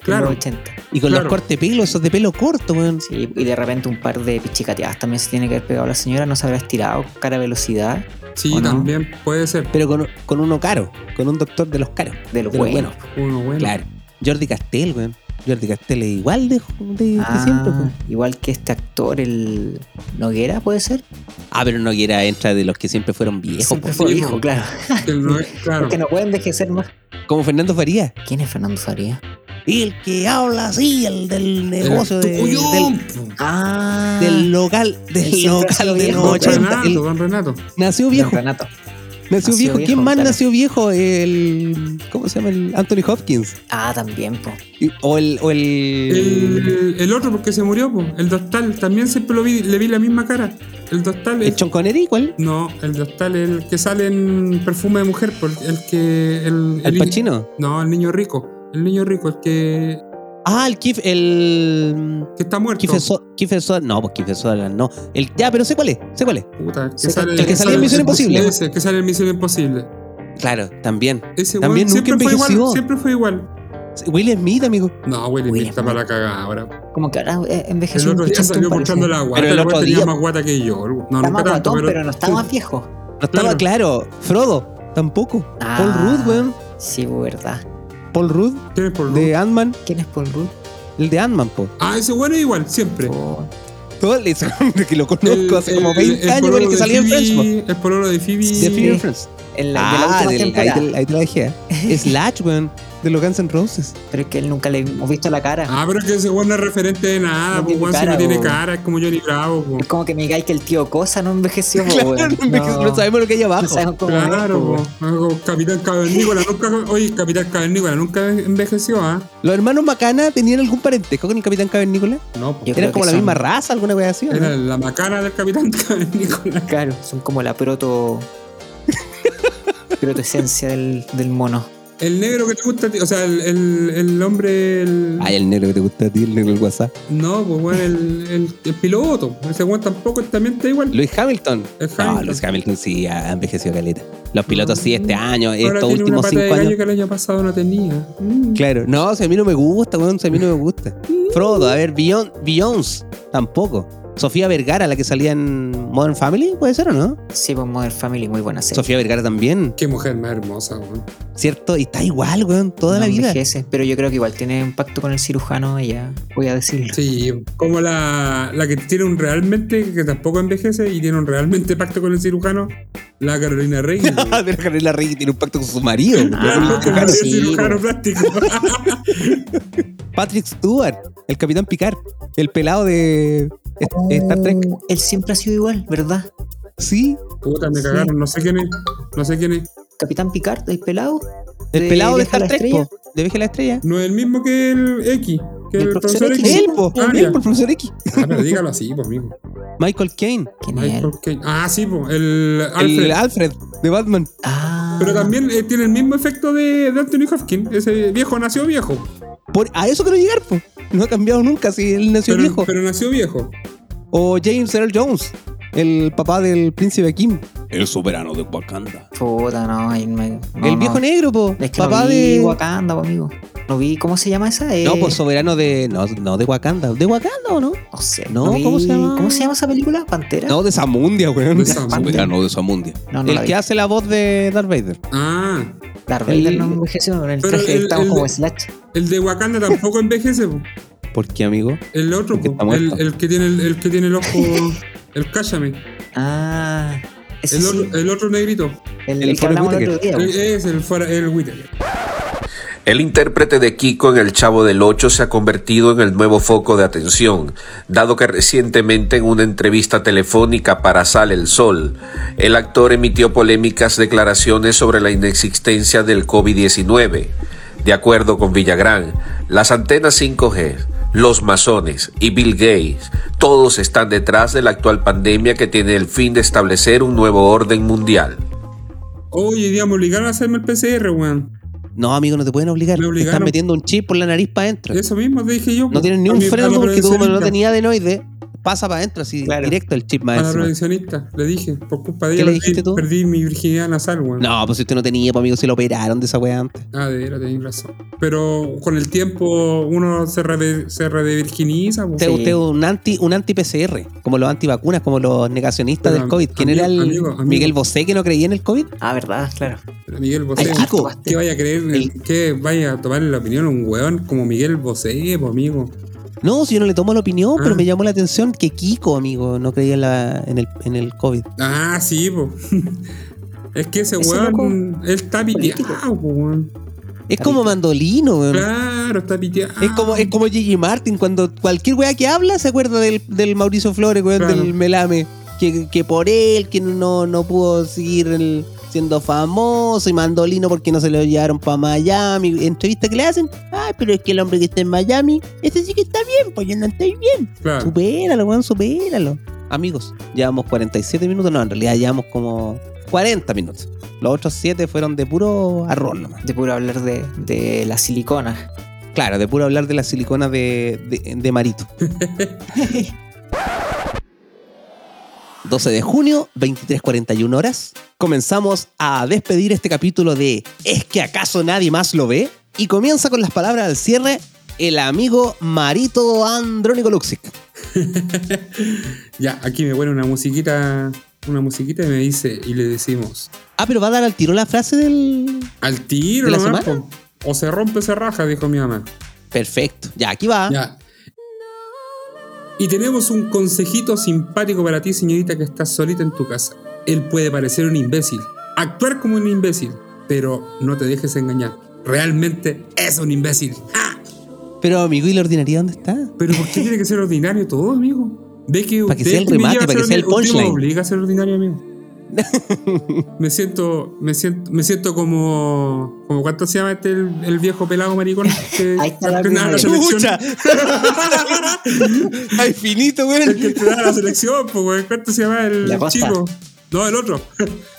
Speaker 3: en
Speaker 1: Claro.
Speaker 3: los 80.
Speaker 2: Y con
Speaker 1: Claro.
Speaker 2: los cortes de pelo, esos de pelo corto, weón.
Speaker 3: Sí, y de repente un par de pichicateadas también se tiene que haber pegado la señora. No se habrá estirado cara a velocidad
Speaker 1: Sí,
Speaker 3: ¿O no?
Speaker 1: también puede ser.
Speaker 2: Pero con, con uno caro, con un doctor de los caros.
Speaker 3: de los
Speaker 2: De los
Speaker 3: buenos.
Speaker 2: buenos.
Speaker 1: Uno bueno.
Speaker 2: Claro. Jordi Castel, weón. Jordi Castel es igual de, de- de
Speaker 3: Ah,
Speaker 2: siempre, weón.
Speaker 3: igual que este actor, el Noguera, puede ser.
Speaker 2: Ah, pero no quiera entrar de los que siempre fueron viejos,
Speaker 3: Siempre
Speaker 2: po.
Speaker 3: fue
Speaker 1: sí,
Speaker 3: viejo,
Speaker 1: po.
Speaker 3: claro.
Speaker 1: Que no es- claro.
Speaker 3: Porque no pueden envejecer más.
Speaker 2: como Fernando Faría.
Speaker 3: ¿Quién es Fernando Faría?
Speaker 2: El que habla así, el del
Speaker 1: El
Speaker 2: negocio de-
Speaker 1: Tucuyón,
Speaker 2: del,
Speaker 1: po.
Speaker 3: Ah,
Speaker 2: del local,
Speaker 3: Él
Speaker 2: del
Speaker 3: siempre ha sido
Speaker 2: local de
Speaker 3: viejo,
Speaker 2: los
Speaker 3: weón.
Speaker 1: Don
Speaker 2: 80.
Speaker 1: Renato,
Speaker 2: Él
Speaker 1: Don Renato.
Speaker 2: nació
Speaker 3: Don
Speaker 2: viejo.
Speaker 3: Renato.
Speaker 2: Nació
Speaker 3: Nació
Speaker 2: viejo.
Speaker 3: viejo,
Speaker 2: ¿Quién más
Speaker 3: claro.
Speaker 2: nació viejo? El. ¿Cómo se llama? El Anthony Hopkins.
Speaker 3: Ah, también, po.
Speaker 2: Y- O el. O el.
Speaker 1: El, el otro porque se murió, po. el Dostal, también siempre lo vi, le vi la misma cara. El Dostal
Speaker 2: El
Speaker 1: es,
Speaker 2: Sean Connery, igual.
Speaker 1: No, el Dostal es el que sale en perfume de mujer, por el que el,
Speaker 2: Al
Speaker 1: el-
Speaker 2: Pacino.
Speaker 1: No, el niño rico. El niño rico, el que
Speaker 2: Ah, el Kif, el. mm,
Speaker 1: Que está muerto.
Speaker 2: Kiefer So- Kiefer Sutherland- no, pues Kiefer Sutherland no. El, ya, pero sé cuál es, sé cuál es.
Speaker 1: Puta, que
Speaker 3: Sí,
Speaker 1: sale,
Speaker 2: el que sale en Misión Imposible.
Speaker 1: Ese, que sale en Misión Imposible.
Speaker 2: Claro, también.
Speaker 1: Ese
Speaker 2: También
Speaker 1: weón
Speaker 2: nunca
Speaker 1: siempre fue igual.
Speaker 2: envejeció.
Speaker 1: Siempre fue igual.
Speaker 2: Will Smith, amigo.
Speaker 1: No, Will Smith
Speaker 2: Will
Speaker 1: está
Speaker 2: Smith.
Speaker 1: para la cagada ahora.
Speaker 3: Como que ahora eh, envejeció
Speaker 1: El otro
Speaker 3: un
Speaker 1: día
Speaker 3: chantón,
Speaker 1: salió
Speaker 3: parece.
Speaker 1: mostrando la guata.
Speaker 2: Pero el
Speaker 1: el
Speaker 2: otro
Speaker 1: otro tenía
Speaker 2: día-
Speaker 1: más guata que yo. No,
Speaker 3: Está
Speaker 1: nunca
Speaker 3: más
Speaker 1: tanto,
Speaker 3: guatón, pero,
Speaker 1: pero.
Speaker 3: no está más viejo.
Speaker 2: No estaba claro. Frodo, tampoco.
Speaker 3: Ah.
Speaker 2: Paul Rudd, weón.
Speaker 3: Sí, verdad.
Speaker 2: Paul Rudd,
Speaker 1: ¿Quién es Paul Rudd?
Speaker 2: de Ant-Man.
Speaker 3: ¿Quién es Paul Rudd?
Speaker 2: El de Ant-Man, po.
Speaker 1: Ah, ese bueno es igual, siempre.
Speaker 3: Oh,
Speaker 2: Todo el que lo conozco
Speaker 1: El-
Speaker 2: hace como
Speaker 1: el-
Speaker 2: 20
Speaker 1: el
Speaker 2: años, weón,
Speaker 1: pololo
Speaker 2: el que
Speaker 1: de
Speaker 2: salía en Friends, po.
Speaker 1: Phoebe- El pololo de Phoebe.
Speaker 2: De Phoebe en
Speaker 3: Sí.
Speaker 2: Friends.
Speaker 3: en la, de la
Speaker 2: Ah,
Speaker 3: última
Speaker 2: del- ahí,
Speaker 3: temporada.
Speaker 2: te, ahí te la dejé. ¿eh? Slash, weón. De los Guns N' Roses.
Speaker 3: Pero es que él nunca le hemos visto la cara.
Speaker 1: Ah, pero es que ese weón no es referente de nada,
Speaker 3: No
Speaker 1: pues
Speaker 3: tiene
Speaker 1: weón si no
Speaker 3: cara,
Speaker 1: tiene
Speaker 3: po.
Speaker 1: cara, es como Johnny Bravo, po.
Speaker 3: Es como que me digáis que el tío Cosa no envejeció, po,
Speaker 2: Claro,
Speaker 3: weón.
Speaker 2: no, sabemos lo que hay abajo.
Speaker 3: no sabemos cómo es,
Speaker 1: Claro,
Speaker 3: po,
Speaker 1: po.
Speaker 3: weón.
Speaker 1: Ah, como Capitán Cavernícola nunca. Oye, Capitán Cavernícola nunca envejeció, ¿ah?
Speaker 2: ¿Los hermanos Macana tenían algún parentesco con el Capitán Cavernícola?
Speaker 1: No, po.
Speaker 3: Yo creo
Speaker 2: ¿Eran como
Speaker 3: que
Speaker 2: la
Speaker 3: son-
Speaker 2: misma raza, alguna wea así? o no?
Speaker 1: Era la macana del Capitán Cavernícola.
Speaker 3: Claro, son como la proto. proto esencia del, del mono.
Speaker 1: El negro que te gusta a ti, o sea, el, el, el hombre. El...
Speaker 2: Ay, el negro que te gusta a ti, el negro del WhatsApp.
Speaker 1: No, pues bueno, el, el, el piloto. Ese weón tampoco también está igual.
Speaker 2: Luis Hamilton.
Speaker 1: El
Speaker 2: No,
Speaker 1: Hamilton.
Speaker 2: Luis Hamilton sí ha ha envejecido caleta. Los pilotos
Speaker 1: Mm.
Speaker 2: sí este año,
Speaker 1: Ahora
Speaker 2: estos
Speaker 1: tiene una
Speaker 2: últimos
Speaker 1: pata de
Speaker 2: cinco
Speaker 1: gallo
Speaker 2: años.
Speaker 1: que el año pasado no tenía. Mm.
Speaker 2: Claro, no, si a mí no me gusta, weón, si a mí no me gusta. Frodo, a ver, Bion- Beyoncé, tampoco. Sofía Vergara, la que salía en Modern Family, puede ser o no?
Speaker 3: Sí, pues Modern Family, muy buena serie.
Speaker 2: Sofía Vergara también,
Speaker 1: Qué mujer más hermosa, weón.
Speaker 2: ¿cierto? Y está igual, weón, toda
Speaker 3: No
Speaker 2: la vida.
Speaker 3: envejece, pero yo creo que igual tiene un pacto con el cirujano, ya voy a decirlo.
Speaker 1: Sí, como la, la que tiene un realmente, que tampoco envejece y tiene un realmente pacto con el cirujano, la Carolina Rey.
Speaker 2: Ah, Pero Carolina Rey tiene un pacto con su marido.
Speaker 3: Ah,
Speaker 1: Porque no soy
Speaker 3: sí,
Speaker 1: cirujano plástico.
Speaker 2: Patrick Stewart, el Capitán Picard, el pelado de Est- Star Trek.
Speaker 3: Oh, Él siempre ha sido igual, ¿verdad?
Speaker 2: Sí,
Speaker 1: Puta, me
Speaker 3: Sí.
Speaker 1: cagaron, no sé quién es. No sé quién es.
Speaker 3: Capitán Picard, el pelado.
Speaker 2: el
Speaker 3: ¿De
Speaker 2: pelado de
Speaker 3: Viaje a la
Speaker 2: Star Trek,
Speaker 3: Estrella?
Speaker 2: po, de Viaje a la Estrella.
Speaker 1: No es el mismo que el X, que
Speaker 3: ¿El
Speaker 1: el,
Speaker 3: profesor
Speaker 1: profesor
Speaker 3: X?
Speaker 1: X.
Speaker 2: Él, po,
Speaker 1: Ah,
Speaker 2: él,
Speaker 1: mira.
Speaker 2: por profesor X.
Speaker 1: Ah, pero dígalo así, pues, amigo.
Speaker 2: Michael Caine,
Speaker 3: ¿Quién es él?
Speaker 1: Michael Caine. Ah, sí, pues, el Alfred.
Speaker 2: el Alfred de Batman.
Speaker 3: Ah,
Speaker 1: pero también eh, tiene el mismo efecto de, de Anthony Hopkins. Ese viejo nació viejo.
Speaker 2: Por- a eso quiero llegar, po. No ha cambiado nunca si él nació
Speaker 1: Pero,
Speaker 2: viejo.
Speaker 1: pero nació viejo.
Speaker 2: O James Earl Jones, el papá del príncipe Kim. El soberano de Wakanda.
Speaker 3: Puta, no, ahí me- no,
Speaker 2: el
Speaker 3: no.
Speaker 2: viejo negro, po.
Speaker 3: Es que
Speaker 2: papá
Speaker 3: no vi
Speaker 2: de.
Speaker 3: Wakanda, po, amigo. No vi, ¿cómo se llama esa? Eh,
Speaker 2: No, pues soberano de. No, no, de Wakanda. ¿De Wakanda o no?
Speaker 3: no sé.
Speaker 2: no,
Speaker 3: vi-
Speaker 2: ¿cómo se llama?
Speaker 3: ¿Cómo se llama esa película? ¿Pantera?
Speaker 2: No, de Samundia, weón.
Speaker 1: De Samundia.
Speaker 2: Soberano de Samundia.
Speaker 3: No, no la
Speaker 2: el
Speaker 3: vi.
Speaker 2: que hace la voz de Darth Vader.
Speaker 1: Ah,
Speaker 3: Darth Vader
Speaker 2: el-
Speaker 3: no envejeció con el
Speaker 1: Pero
Speaker 3: traje
Speaker 1: el-
Speaker 3: estamos
Speaker 1: el-
Speaker 3: como Slash.
Speaker 1: el de Wakanda tampoco envejece, pues.
Speaker 2: ¿Por qué, amigo?
Speaker 1: El otro,
Speaker 2: Porque
Speaker 1: po,
Speaker 2: está muerto.
Speaker 1: el, el que tiene el, el que tiene el ojo, el cállame,
Speaker 3: Ah, ese
Speaker 1: el
Speaker 3: sí,
Speaker 1: otro, el otro negrito,
Speaker 3: el,
Speaker 2: el
Speaker 3: el que hablamos el
Speaker 2: Forest
Speaker 3: otro día.
Speaker 1: El-
Speaker 3: po.
Speaker 1: es el fuera, el Whittaker.
Speaker 5: El intérprete de Kiko en El Chavo del Ocho se ha convertido en el nuevo foco de atención, dado que recientemente en una entrevista telefónica para Sale el Sol, el actor emitió polémicas declaraciones sobre la inexistencia del COVID-19. De acuerdo con Villagrán, las antenas 5G, los masones y Bill Gates, todos están detrás de la actual pandemia que tiene el fin de establecer un nuevo orden mundial.
Speaker 1: Oye, hoy día me obligaron a hacerme el PCR, weón.
Speaker 2: No, amigo, no te pueden obligar.
Speaker 1: Me
Speaker 2: Te están
Speaker 1: obligaron.
Speaker 2: metiendo un chip por la nariz para adentro.
Speaker 1: Eso mismo te dije yo. po.
Speaker 2: No tienen ni
Speaker 1: A
Speaker 2: un
Speaker 1: mi- a la
Speaker 2: freno porque tú, como no
Speaker 1: prevencionista,
Speaker 2: tenía adenoide, pasa para adentro así
Speaker 3: Claro.
Speaker 2: directo el chip
Speaker 1: A la
Speaker 2: más encima.
Speaker 1: prevencionista, le dije, por culpa de
Speaker 2: ¿Qué
Speaker 1: ella
Speaker 2: le
Speaker 1: perdí-
Speaker 2: dijiste tú?
Speaker 1: perdí mi virginidad nasal, weón.
Speaker 2: No, pues si usted no tenía, pues amigo, se lo operaron de esa weá antes.
Speaker 1: Ah, de veras, tenés razón. Pero con el tiempo uno se, rede, se redevirginiza, po.
Speaker 2: Usted,
Speaker 3: Sí.
Speaker 2: usted es un anti, un anti PCR, como los antivacunas, como los negacionistas
Speaker 1: Pero,
Speaker 2: del COVID. ¿Quién era el
Speaker 1: amigo, amigo, amigo.
Speaker 2: Miguel Bosé que no creía en el COVID?
Speaker 3: Ah, verdad, claro.
Speaker 1: Pero Miguel Bosé,
Speaker 2: Ay, Kiko.
Speaker 1: ¿qué vaya a creer?
Speaker 2: El-
Speaker 1: ¿Qué vaya a tomar la opinión a un weón como Miguel Bosé, po, amigo?
Speaker 2: No, si yo no le tomo la opinión, pero
Speaker 1: Ah.
Speaker 2: me llamó la atención que Kiko, amigo, no creía en, la- en el, en el COVID.
Speaker 1: Ah, sí, po. Es que ese,
Speaker 3: Ese
Speaker 1: weón, él está
Speaker 3: político.
Speaker 1: piteado, po, weón.
Speaker 2: Es como mandolino, weón.
Speaker 1: Claro, está piteado.
Speaker 2: Es como, es como Gigi Martin, cuando cualquier weá que habla se acuerda del, del Mauricio Flores, weón,
Speaker 1: Claro.
Speaker 2: del Melame. Que, que por él, que no, no pudo seguir el- siendo famoso y mandolino porque no se lo llevaron para Miami. Entrevista que le hacen. Ay, pero es que el hombre que está en Miami, ese sí que está bien, pues yo no estoy bien.
Speaker 1: Claro.
Speaker 2: Supéralo, weón, supéralo. Amigos, llevamos 47 minutos, no, en realidad llevamos como 40 minutos. Los otros 7 fueron de puro arroz nomás.
Speaker 3: De puro hablar de, de la silicona.
Speaker 2: Claro, de puro hablar de la silicona de, de, de Marito. 12 de junio, 23.41 horas. Comenzamos a despedir este capítulo de ¿Es que acaso nadie más lo ve? Y comienza con las palabras al cierre el amigo Marito Andrónico Luxic.
Speaker 1: Ya, aquí me pone una musiquita, una musiquita y me dice, y le decimos,
Speaker 2: Ah, pero va a dar al tiro la frase del...
Speaker 1: al tiro,
Speaker 2: ¿De la
Speaker 1: nomás,
Speaker 2: semana?
Speaker 1: po. o se rompe o se raja, dijo mi mamá.
Speaker 2: Perfecto. Ya, aquí va.
Speaker 1: Ya. Y tenemos un consejito simpático para ti, señorita, que estás solita en tu casa. Él puede parecer un imbécil, actuar como un imbécil, pero no te dejes engañar. Realmente es un imbécil. ¡Ah!
Speaker 2: Pero amigo, ¿y la ordinaria dónde está?
Speaker 1: Pero ¿por qué tiene que ser ordinario todo, amigo? Ve que
Speaker 2: Pa' que
Speaker 1: usted
Speaker 2: sea el
Speaker 1: me lleva
Speaker 2: remate,
Speaker 1: a
Speaker 2: pa' que
Speaker 1: ser
Speaker 2: sea el
Speaker 1: ordi- usted me
Speaker 2: punchline.
Speaker 1: obliga a ser ordinario, amigo. me siento, me siento, me siento como, como ¿cuánto se llama este el, el viejo pelado maricón? Que
Speaker 3: Ahí está la
Speaker 1: entrenaba
Speaker 3: primera.
Speaker 1: selección?
Speaker 2: ¡Chucha! ¡Ay, finito,
Speaker 1: El que
Speaker 2: güey!
Speaker 1: entrenaba la selección, pues, weón. ¿Cuánto se llama el
Speaker 3: La Costa.
Speaker 1: chico? No, el otro.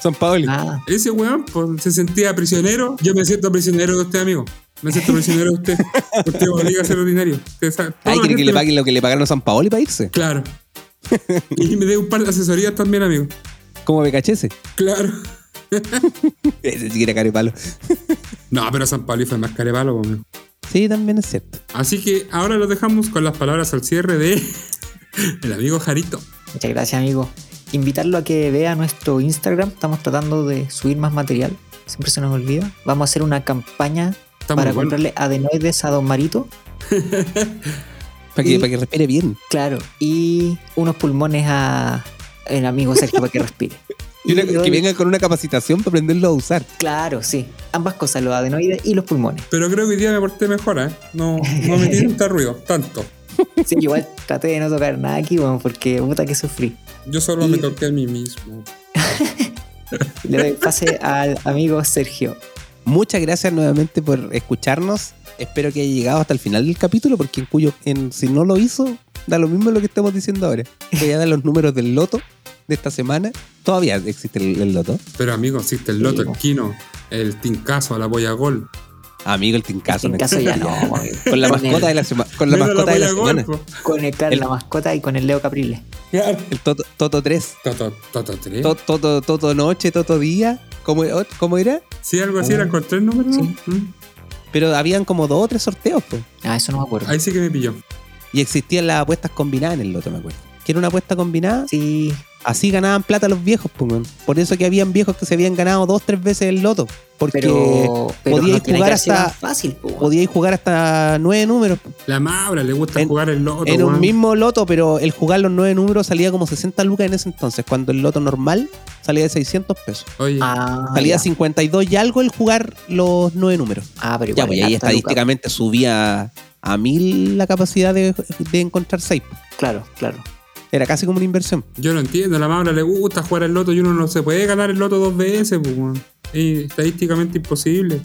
Speaker 2: San Paoli.
Speaker 3: Ah,
Speaker 1: Ese weón pues, se sentía prisionero. Yo me siento prisionero de usted, amigo. Me siento prisionero de usted. Porque me obliga a ser ordinario. Usted sabe- toda
Speaker 2: Ay,
Speaker 1: la
Speaker 2: ¿quiere que
Speaker 1: gente
Speaker 2: le
Speaker 1: me-
Speaker 2: paguen lo que le pagaron a San Paoli para irse?
Speaker 1: Claro. Y me dé un par de asesorías también, amigo.
Speaker 2: Como me cachese.
Speaker 1: Claro.
Speaker 2: Ese sí que era carepalo.
Speaker 1: No, pero San Pablo fue más carevalo, weón.
Speaker 2: Sí, también es cierto.
Speaker 1: Así que ahora los dejamos con las palabras al cierre de el amigo Jarito.
Speaker 3: muchas gracias, amigo. Invitarlo a que vea nuestro Instagram. Estamos tratando de subir más material. Siempre se nos olvida. Vamos a hacer una campaña
Speaker 1: Está muy
Speaker 3: para
Speaker 1: bueno.
Speaker 3: comprarle adenoides a Don Marito.
Speaker 2: Para que,
Speaker 3: Y-
Speaker 2: para que respire bien.
Speaker 3: Claro. Y unos pulmones a el amigo Sergio para que respire.
Speaker 2: Y una-
Speaker 3: Y
Speaker 2: que
Speaker 3: doy-
Speaker 2: venga con una capacitación para aprenderlo a usar.
Speaker 3: Claro, sí. Ambas cosas, los adenoides y los pulmones.
Speaker 1: Pero creo que hoy día me porté mejor, ¿eh? No, no me tiene tanto ruido, tanto.
Speaker 3: Sí, igual traté de no tocar nada aquí, weón, porque puta que sufrí.
Speaker 1: Yo solo me toqué a mí mismo.
Speaker 3: Le doy pase al amigo Sergio.
Speaker 2: Muchas gracias nuevamente por escucharnos. Espero que haya llegado hasta el final del capítulo, porque en cuyo, en, si no lo hizo, da lo mismo lo que estamos diciendo ahora. Voy a dar los números del loto de esta semana. Todavía existe el, el loto.
Speaker 1: Pero amigo, existe el loto, el quino, el tincazo, la boya gol.
Speaker 2: Amigo, el tincazo.
Speaker 3: En
Speaker 2: no
Speaker 3: caso ya
Speaker 2: existe.
Speaker 3: no, amigo.
Speaker 2: Con la
Speaker 3: Con el-
Speaker 2: mascota de la, sema- con la
Speaker 1: Menos
Speaker 2: mascota de la
Speaker 1: boya gol,
Speaker 2: semana.
Speaker 1: po.
Speaker 3: Con el, claro,
Speaker 2: El-
Speaker 3: la mascota y con el Leo Capriles.
Speaker 1: Claro.
Speaker 2: El Toto, toto 3.
Speaker 1: Toto, Toto 3.
Speaker 2: Toto, toto, Toto noche, Toto día. ¿Cómo, cómo era?
Speaker 1: Sí, algo
Speaker 2: Ah.
Speaker 1: así, eran con tres números. ¿no?
Speaker 3: Sí.
Speaker 1: Mm.
Speaker 2: Pero habían como dos o tres sorteos. po.
Speaker 3: Ah, eso no me acuerdo.
Speaker 1: Ahí sí que me pilló.
Speaker 2: Y existían las apuestas combinadas en el loto, me acuerdo. Que era una apuesta combinada
Speaker 3: Sí,
Speaker 2: Así ganaban plata los viejos, pues, weón. Por eso que habían viejos que se habían ganado dos, tres veces el loto. Porque
Speaker 3: pero, pero
Speaker 2: podíais
Speaker 3: no tiene
Speaker 2: jugar
Speaker 3: que ser
Speaker 2: hasta-
Speaker 3: tan fácil, po, weón.
Speaker 2: podíais jugar hasta nueve números.
Speaker 1: La Mabra le gusta
Speaker 2: En-
Speaker 1: jugar el loto.
Speaker 2: en un
Speaker 1: weón.
Speaker 2: mismo loto, pero el jugar los nueve números salía como 60 lucas en ese entonces, cuando el loto normal salía de 600 pesos.
Speaker 1: Oye,
Speaker 3: Ah,
Speaker 2: Salía
Speaker 3: ya.
Speaker 2: 52 y algo el jugar los nueve números.
Speaker 3: Ah, pero
Speaker 2: Ya,
Speaker 3: igual.
Speaker 2: pues
Speaker 3: es
Speaker 2: ahí
Speaker 3: harta luca.
Speaker 2: estadísticamente subía a mil la capacidad de, de encontrar seis.
Speaker 3: Claro, claro.
Speaker 2: Era casi como una inversión.
Speaker 1: yo no entiendo. A la Mabra le gusta jugar el loto y uno no se puede ganar el loto dos veces. pues, weón. Es estadísticamente imposible.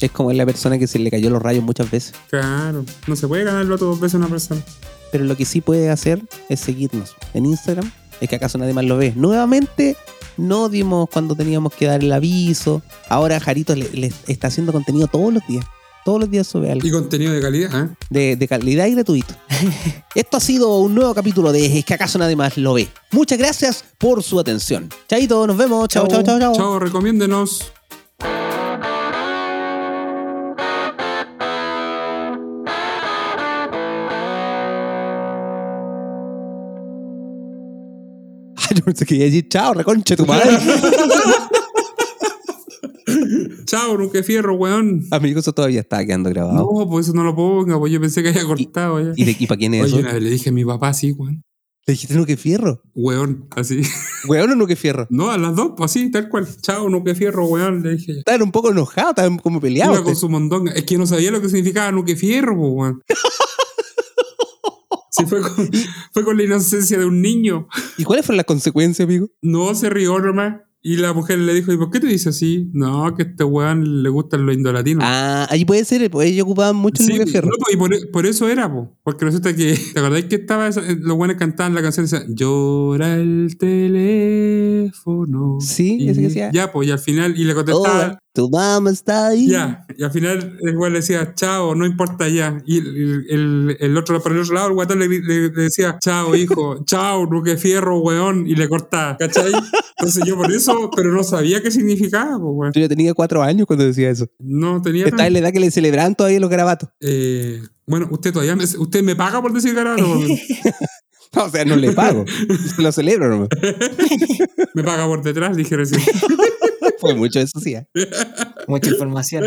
Speaker 2: Es como la persona que se le cayó los rayos muchas veces.
Speaker 1: Claro, no se puede ganar el loto dos veces una persona.
Speaker 2: pero lo que sí puede hacer es seguirnos en Instagram. Es que acaso nadie más lo ve. Nuevamente, no dimos cuando teníamos que dar el aviso. Ahora Jarito le, le está haciendo contenido todos los días. Todos los días sube algo
Speaker 1: Y contenido de calidad, ¿eh?
Speaker 2: de, de calidad y gratuito. Esto ha sido un nuevo capítulo de Es que acaso nadie más lo ve. Muchas gracias por su atención. Chaito, nos vemos. Chao, chao,
Speaker 3: Chao.
Speaker 2: chao, chao.
Speaker 1: Chao, recomiéndenos.
Speaker 2: Ay, yo pensé que iba a decir chao, reconche tu madre.
Speaker 1: Chao, Nuque Fierro, weón.
Speaker 2: Amigo, eso todavía está quedando grabado.
Speaker 1: No, pues eso no lo ponga, pues yo pensé que había cortado ya.
Speaker 2: ¿Y, de, ¿Y para quién es
Speaker 1: Oye,
Speaker 2: eso?
Speaker 1: una vez le dije a mi papá así, weón.
Speaker 2: ¿Le dijiste Nuque Fierro?
Speaker 1: Weón, así.
Speaker 2: ¿Weón o Nuque Fierro?
Speaker 1: No, a las dos, pues así, tal cual. Chao, Nuque Fierro, weón, le dije yo.
Speaker 2: Estaban un poco enojados, estaban como peleados.
Speaker 1: Iba con su mondonga. Es que no sabía lo que significaba Nuque Fierro, po, weón. Sí, fue con, fue con la inocencia de un niño.
Speaker 2: ¿Y cuáles fueron las consecuencias, amigo?
Speaker 1: No, se rió nomás. Y la mujer le dijo, ¿y por qué te dice así? No, que a este weón le gustan los indolatinos.
Speaker 2: Ah, ahí puede ser, pues ellos ocupaban mucho
Speaker 1: Sí,
Speaker 2: el Nuque Fierro.
Speaker 1: no, po, y por, por eso era, po. porque resulta que, ¿te acordáis que estaba esa- los buenos cantaban la canción esa? Llora el teléfono.
Speaker 2: Sí,
Speaker 1: Y-
Speaker 2: ese que decía.
Speaker 1: Ya, pues, y al final, y le
Speaker 2: Oh,
Speaker 1: contestaba,
Speaker 2: Tu mamá está ahí.
Speaker 1: Ya, y al final el weón le decía, chao, no importa ya. Y el, el- el otro, por el otro lado, el guatón le, le- le decía, chao, hijo, chao, Luque Fierro, weón, y le cortaba, ¿cachai? Entonces yo por eso, pero no sabía qué significaba, pues, weón.
Speaker 2: Yo ya tenía cuatro años cuando decía eso.
Speaker 1: No tenía.
Speaker 2: Está en la edad que le celebraban todavía los garabatos.
Speaker 1: Eh, bueno, usted todavía me, usted me paga por decir garabato. weón.
Speaker 2: O sea, no le pago. Se lo celebro nomás.
Speaker 1: me paga por detrás, dije recién.
Speaker 2: Fue mucho eso, sí. ¿eh?
Speaker 3: Mucha información.